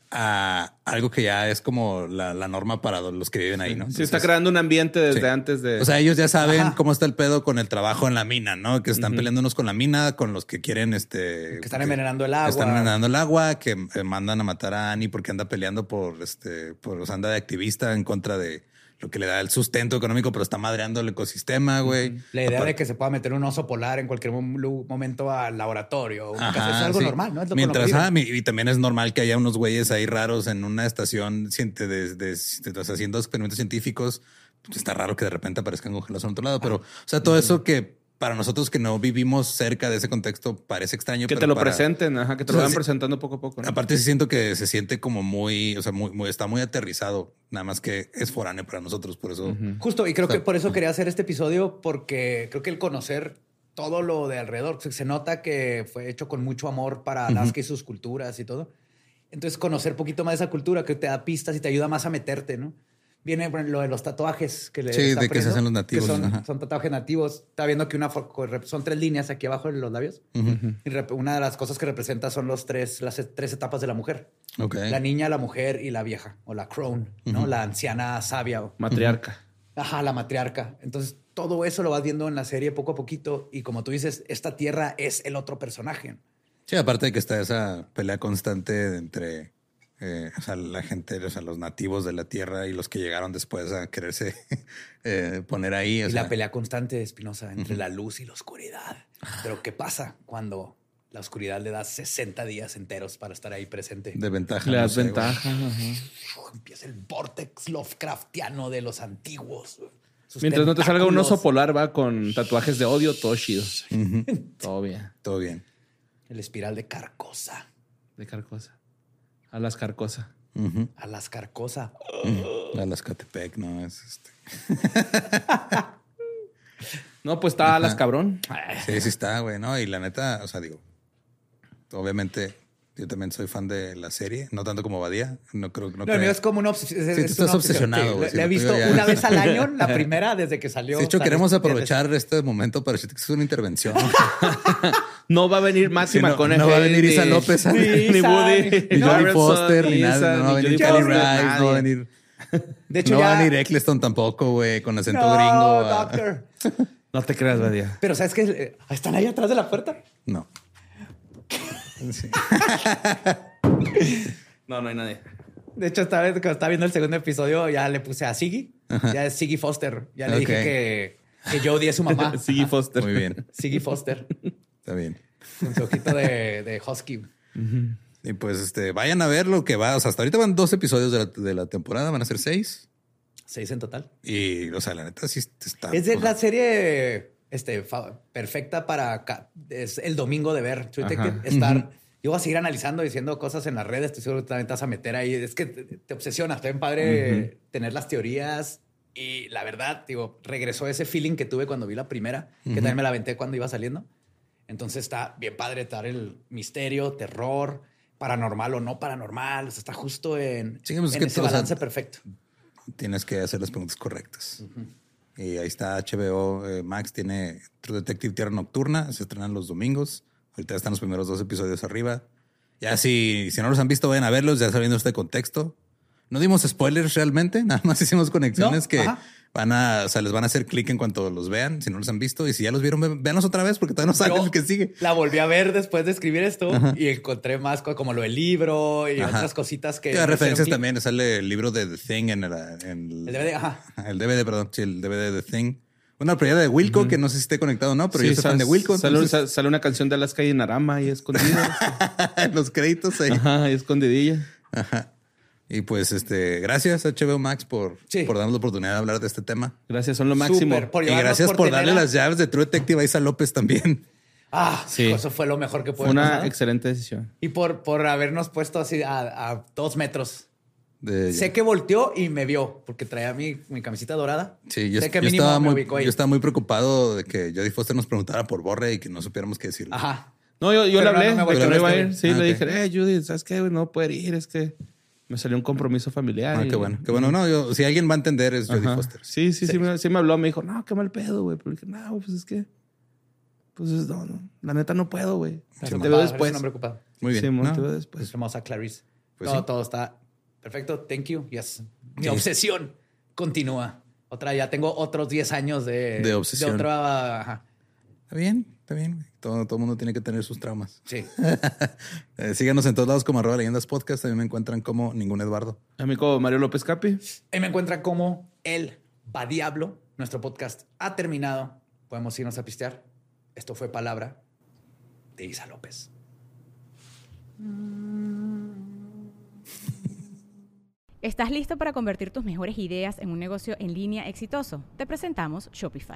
Speaker 2: a algo que ya es como la, la norma para los que viven ahí, ¿no?
Speaker 3: Sí, está
Speaker 2: Entonces,
Speaker 3: creando un ambiente desde
Speaker 2: Sí.
Speaker 3: antes de.
Speaker 2: o sea, ellos ya saben
Speaker 1: Ajá.
Speaker 2: cómo está el pedo con el trabajo en la mina, ¿no? Que están peleando unos con la mina, con los que quieren este.
Speaker 1: Que están envenenando el agua.
Speaker 2: Están envenenando el agua, que eh, mandan a matar a Annie porque anda peleando por este, por, o sea, anda de activista en contra de lo que le da el sustento económico, pero está madreando el ecosistema, güey.
Speaker 1: La idea
Speaker 2: Aparte-
Speaker 1: de que se pueda meter un oso polar en cualquier mom- momento al laboratorio. o una casa,
Speaker 2: Ajá,
Speaker 1: es algo
Speaker 2: sí.
Speaker 1: normal, ¿no? Es lo con lo que
Speaker 2: Mientras,
Speaker 1: viven.
Speaker 2: ah, mi- y también es normal que haya unos güeyes ahí raros en una estación ciente- de- de- de- o sea, Pues, haciendo experimentos científicos. Está raro que de repente aparezcan congelados en otro lado, pero, o sea, todo eso que para nosotros que no vivimos cerca de ese contexto parece extraño.
Speaker 3: Que
Speaker 2: pero
Speaker 3: te lo
Speaker 2: para-
Speaker 3: presenten, ajá, que te
Speaker 2: O
Speaker 3: lo
Speaker 2: sea,
Speaker 3: van
Speaker 2: sí.
Speaker 3: presentando poco a poco. ¿no?
Speaker 2: Aparte sí siento que se siente como muy, o sea, muy, muy- está muy aterrizado, nada más que es foráneo para nosotros, por eso.
Speaker 1: Justo, y creo
Speaker 2: O sea,
Speaker 1: que por eso quería hacer este episodio, porque creo que el conocer todo lo de alrededor, se se nota que fue hecho con mucho amor para Alaska y sus culturas y todo. Entonces, conocer poquito más de esa cultura que te da pistas y te ayuda más a meterte, ¿no? Viene bueno, lo de los tatuajes que le
Speaker 2: Sí,
Speaker 1: está
Speaker 2: de que
Speaker 1: poniendo,
Speaker 2: se hacen los nativos,
Speaker 1: son,
Speaker 2: ajá.
Speaker 1: son tatuajes nativos. Está viendo que una fo- corre- son tres líneas aquí abajo de los labios. Y rep- una de las cosas que representa son los tres, las e- tres etapas de la mujer.
Speaker 2: Ok.
Speaker 1: La niña, la mujer y la vieja, o la crone, ¿no? La anciana sabia. o-
Speaker 3: Matriarca.
Speaker 1: Ajá, la matriarca. Entonces, todo eso lo vas viendo en la serie poco a poquito. Y como tú dices, esta tierra es el otro personaje.
Speaker 2: Sí, aparte de que está esa pelea constante entre eh, o sea, la gente, o sea, los nativos de la tierra y los que llegaron después a quererse eh, poner ahí. o
Speaker 1: y
Speaker 2: sea,
Speaker 1: la pelea constante de Espinosa entre la luz y la oscuridad. Pero, ¿qué pasa cuando la oscuridad le da 60 días enteros para estar ahí presente?
Speaker 2: de ventaja.
Speaker 3: Le
Speaker 2: no
Speaker 3: das
Speaker 2: sé, güey.
Speaker 3: ventaja. ajá.
Speaker 1: Uf, Empieza el vortex Lovecraftiano de los antiguos. Sus
Speaker 3: Mientras no te salga un oso
Speaker 1: tentáculos.
Speaker 3: polar, va con tatuajes de odio, todo chido. Todo bien.
Speaker 2: Todo bien.
Speaker 1: El espiral de Carcosa.
Speaker 3: De carcosa. A las carcosa.
Speaker 2: Ujú.
Speaker 1: A las Carcosa.
Speaker 2: A las Catepec, no es este.
Speaker 3: No, pues está a las cabrón.
Speaker 2: Sí, sí está, güey, ¿no? Y la neta, o sea, digo, obviamente yo también soy fan de la serie, no tanto como Badía, no creo que... No
Speaker 1: No,
Speaker 2: creo-
Speaker 1: el mío es como un obses- es-
Speaker 2: tú
Speaker 1: es
Speaker 2: estás
Speaker 1: una obsesión.
Speaker 2: obsesionado,
Speaker 1: Sí,
Speaker 2: güey,
Speaker 1: le-
Speaker 2: sí,
Speaker 1: le he
Speaker 2: lo tuyo
Speaker 1: visto
Speaker 2: ya-
Speaker 1: una vez al año, la primera desde que salió.
Speaker 2: de hecho,
Speaker 1: sale-
Speaker 2: queremos aprovechar este momento para decirte que es una intervención.
Speaker 3: No va a venir
Speaker 2: Sí,
Speaker 3: Máxima
Speaker 2: no,
Speaker 3: con
Speaker 2: no va a venir Isa López,
Speaker 3: ni,
Speaker 1: ni
Speaker 3: ni
Speaker 1: Isa,
Speaker 3: Woody,
Speaker 1: ni-
Speaker 2: ni
Speaker 3: ni
Speaker 2: Johnny
Speaker 3: Harrison,
Speaker 2: Foster, ni nada.
Speaker 3: Isa,
Speaker 2: No va a
Speaker 3: ni
Speaker 2: venir
Speaker 3: Johnny
Speaker 2: Kelly Rice,
Speaker 3: Foster,
Speaker 2: no va a
Speaker 3: nadie.
Speaker 2: venir.
Speaker 1: De hecho,
Speaker 2: no va
Speaker 1: ya-
Speaker 2: a venir Eccleston tampoco, güey, con acento
Speaker 1: No,
Speaker 2: gringo. ah.
Speaker 1: doctor.
Speaker 3: No te creas, Badía.
Speaker 1: Pero sabes que están ahí atrás de la puerta.
Speaker 2: No. Sí.
Speaker 3: No, no hay nadie.
Speaker 1: De hecho, esta vez cuando estaba viendo el segundo episodio, ya le puse a Siggy. Ya es Siggy Foster. Ya le
Speaker 2: Ok.
Speaker 1: dije que, que Jodie es su mamá.
Speaker 3: Siggy Foster.
Speaker 2: Muy bien,
Speaker 1: Siggy Foster.
Speaker 2: está bien.
Speaker 1: Con su ojito de, de Husky.
Speaker 2: Y pues este, vayan a ver lo que va. O sea, hasta ahorita van dos episodios de la, de la temporada, van a ser seis.
Speaker 1: Seis en total.
Speaker 2: Y, o sea, la neta sí está.
Speaker 1: Es de
Speaker 2: o sea,
Speaker 1: la serie este, fa- perfecta para ca- es el domingo de ver. Yo te-
Speaker 3: Ajá.
Speaker 1: que estar. Yo voy a seguir analizando, diciendo cosas en las redes. Estoy seguro que también te vas a meter ahí. Es que te te obsesionas. Está bien padre tener las teorías. Y la verdad, digo, regresó ese feeling que tuve cuando vi la primera, que también me la aventé cuando iba saliendo. Entonces está bien padre estar el misterio, terror, paranormal o no paranormal. O sea, está justo en,
Speaker 2: Sí, pues es
Speaker 1: en
Speaker 2: que
Speaker 1: ese
Speaker 2: todo, o sea,
Speaker 1: balance perfecto.
Speaker 2: tienes que hacer las preguntas correctas. Y ahí está HBO eh, Max, tiene True Detective Tierra Nocturna, se estrenan los domingos. Ahorita están los primeros dos episodios arriba. Ya si, si no los han visto, vayan a verlos, ya sabiendo este contexto. No dimos spoilers realmente, nada más hicimos conexiones
Speaker 1: No,
Speaker 2: que
Speaker 1: ajá.
Speaker 2: van a, o sea, les van a hacer clic en cuanto los vean, si no los han visto. Y si ya los vieron, ve- véanlos otra vez porque todavía no saben
Speaker 1: Yo
Speaker 2: el que sigue.
Speaker 1: La volví a ver después de escribir esto y encontré más co- como lo del libro y
Speaker 2: Ajá.
Speaker 1: otras cositas que.
Speaker 2: Sí,
Speaker 1: me
Speaker 2: hay
Speaker 1: hicieron
Speaker 2: referencias
Speaker 1: clic.
Speaker 2: también. Sale el libro de The Thing en el, en el-
Speaker 1: El DVD, ajá.
Speaker 2: El DVD, perdón. Sí, el DVD de The Thing. Una pelea de Wilco que no sé si esté conectado o no, pero yo soy fan de Wilco.
Speaker 3: Sale,
Speaker 2: entonces,
Speaker 3: sal- sale una canción de Alaska y Narama ahí escondida.
Speaker 2: en los créditos ahí.
Speaker 3: Ajá, ahí escondidilla.
Speaker 2: Y pues, este, gracias HBO Max por,
Speaker 1: Sí.
Speaker 2: por darnos la oportunidad de hablar de este tema.
Speaker 3: Gracias, son lo máximo.
Speaker 1: Súper, por
Speaker 2: Y
Speaker 1: llevarnos
Speaker 2: gracias por, darle
Speaker 1: telera.
Speaker 2: las llaves de True Detective a Isa López también.
Speaker 1: Ah,
Speaker 3: Sí.
Speaker 1: hijo, eso fue lo mejor que
Speaker 3: Fue
Speaker 1: pude
Speaker 3: una
Speaker 1: pasar.
Speaker 3: excelente decisión.
Speaker 1: Y por, por habernos puesto así a, a dos metros.
Speaker 2: De-
Speaker 1: Sé que volteó y me vio porque traía mi, mi camisita dorada.
Speaker 2: Sí, yo,
Speaker 1: sé que
Speaker 2: yo
Speaker 1: mínimo
Speaker 2: estaba
Speaker 1: me
Speaker 2: muy,
Speaker 1: ubicó ahí.
Speaker 2: yo estaba muy preocupado de que Jodie Foster nos preguntara por Borre y que no supiéramos qué decirle.
Speaker 1: Ajá.
Speaker 3: No, yo, yo
Speaker 1: Pero
Speaker 3: le
Speaker 1: no, no
Speaker 3: hablé,
Speaker 1: me
Speaker 3: de
Speaker 1: voy
Speaker 3: que
Speaker 1: con
Speaker 3: no iba a
Speaker 2: este,
Speaker 3: ir. Sí,
Speaker 2: güey. Ah,
Speaker 3: le
Speaker 2: ok.
Speaker 3: dije, eh, Judith, ¿sabes qué? güey? No voy a poder ir, es que me salió un compromiso familiar.
Speaker 2: Ah,
Speaker 3: y-
Speaker 2: qué bueno. Qué bueno. No, yo- si alguien va a entender es Jodie
Speaker 3: Ajá.
Speaker 2: Foster.
Speaker 3: Sí, sí, sí, me, sí me habló, me dijo, no, qué mal pedo, güey. Pero dije, no, güey, pues es que, pues es- no, no, la neta no puedo, güey.
Speaker 2: Sí,
Speaker 3: te
Speaker 2: man.
Speaker 3: veo
Speaker 1: Ah, eres
Speaker 3: después.
Speaker 1: un hombre ocupado.
Speaker 2: Muy bien.
Speaker 3: Sí, mon,
Speaker 2: No,
Speaker 3: te veo después.
Speaker 1: Hermosa Clarice.
Speaker 2: Pues
Speaker 1: todo,
Speaker 2: sí.
Speaker 1: todo está perfecto. Thank you. Yes. Mi obsesión continúa. Otra, ya tengo otros 10 años de,
Speaker 2: De obsesión.
Speaker 1: otra. ajá.
Speaker 2: Está bien, está bien. güey. Todo, todo mundo tiene que tener sus traumas.
Speaker 1: Sí.
Speaker 2: Eh, síganos en todos lados como arroba leyendas podcast. También me encuentran como ningún Eduardo.
Speaker 3: Amigo Mario López Capi.
Speaker 1: Ahí me encuentran como el Va Diablo. Nuestro podcast ha terminado. Podemos irnos a pistear. Esto fue palabra de Isa López.
Speaker 4: ¿Estás listo para convertir tus mejores ideas en un negocio en línea exitoso? Te presentamos Shopify.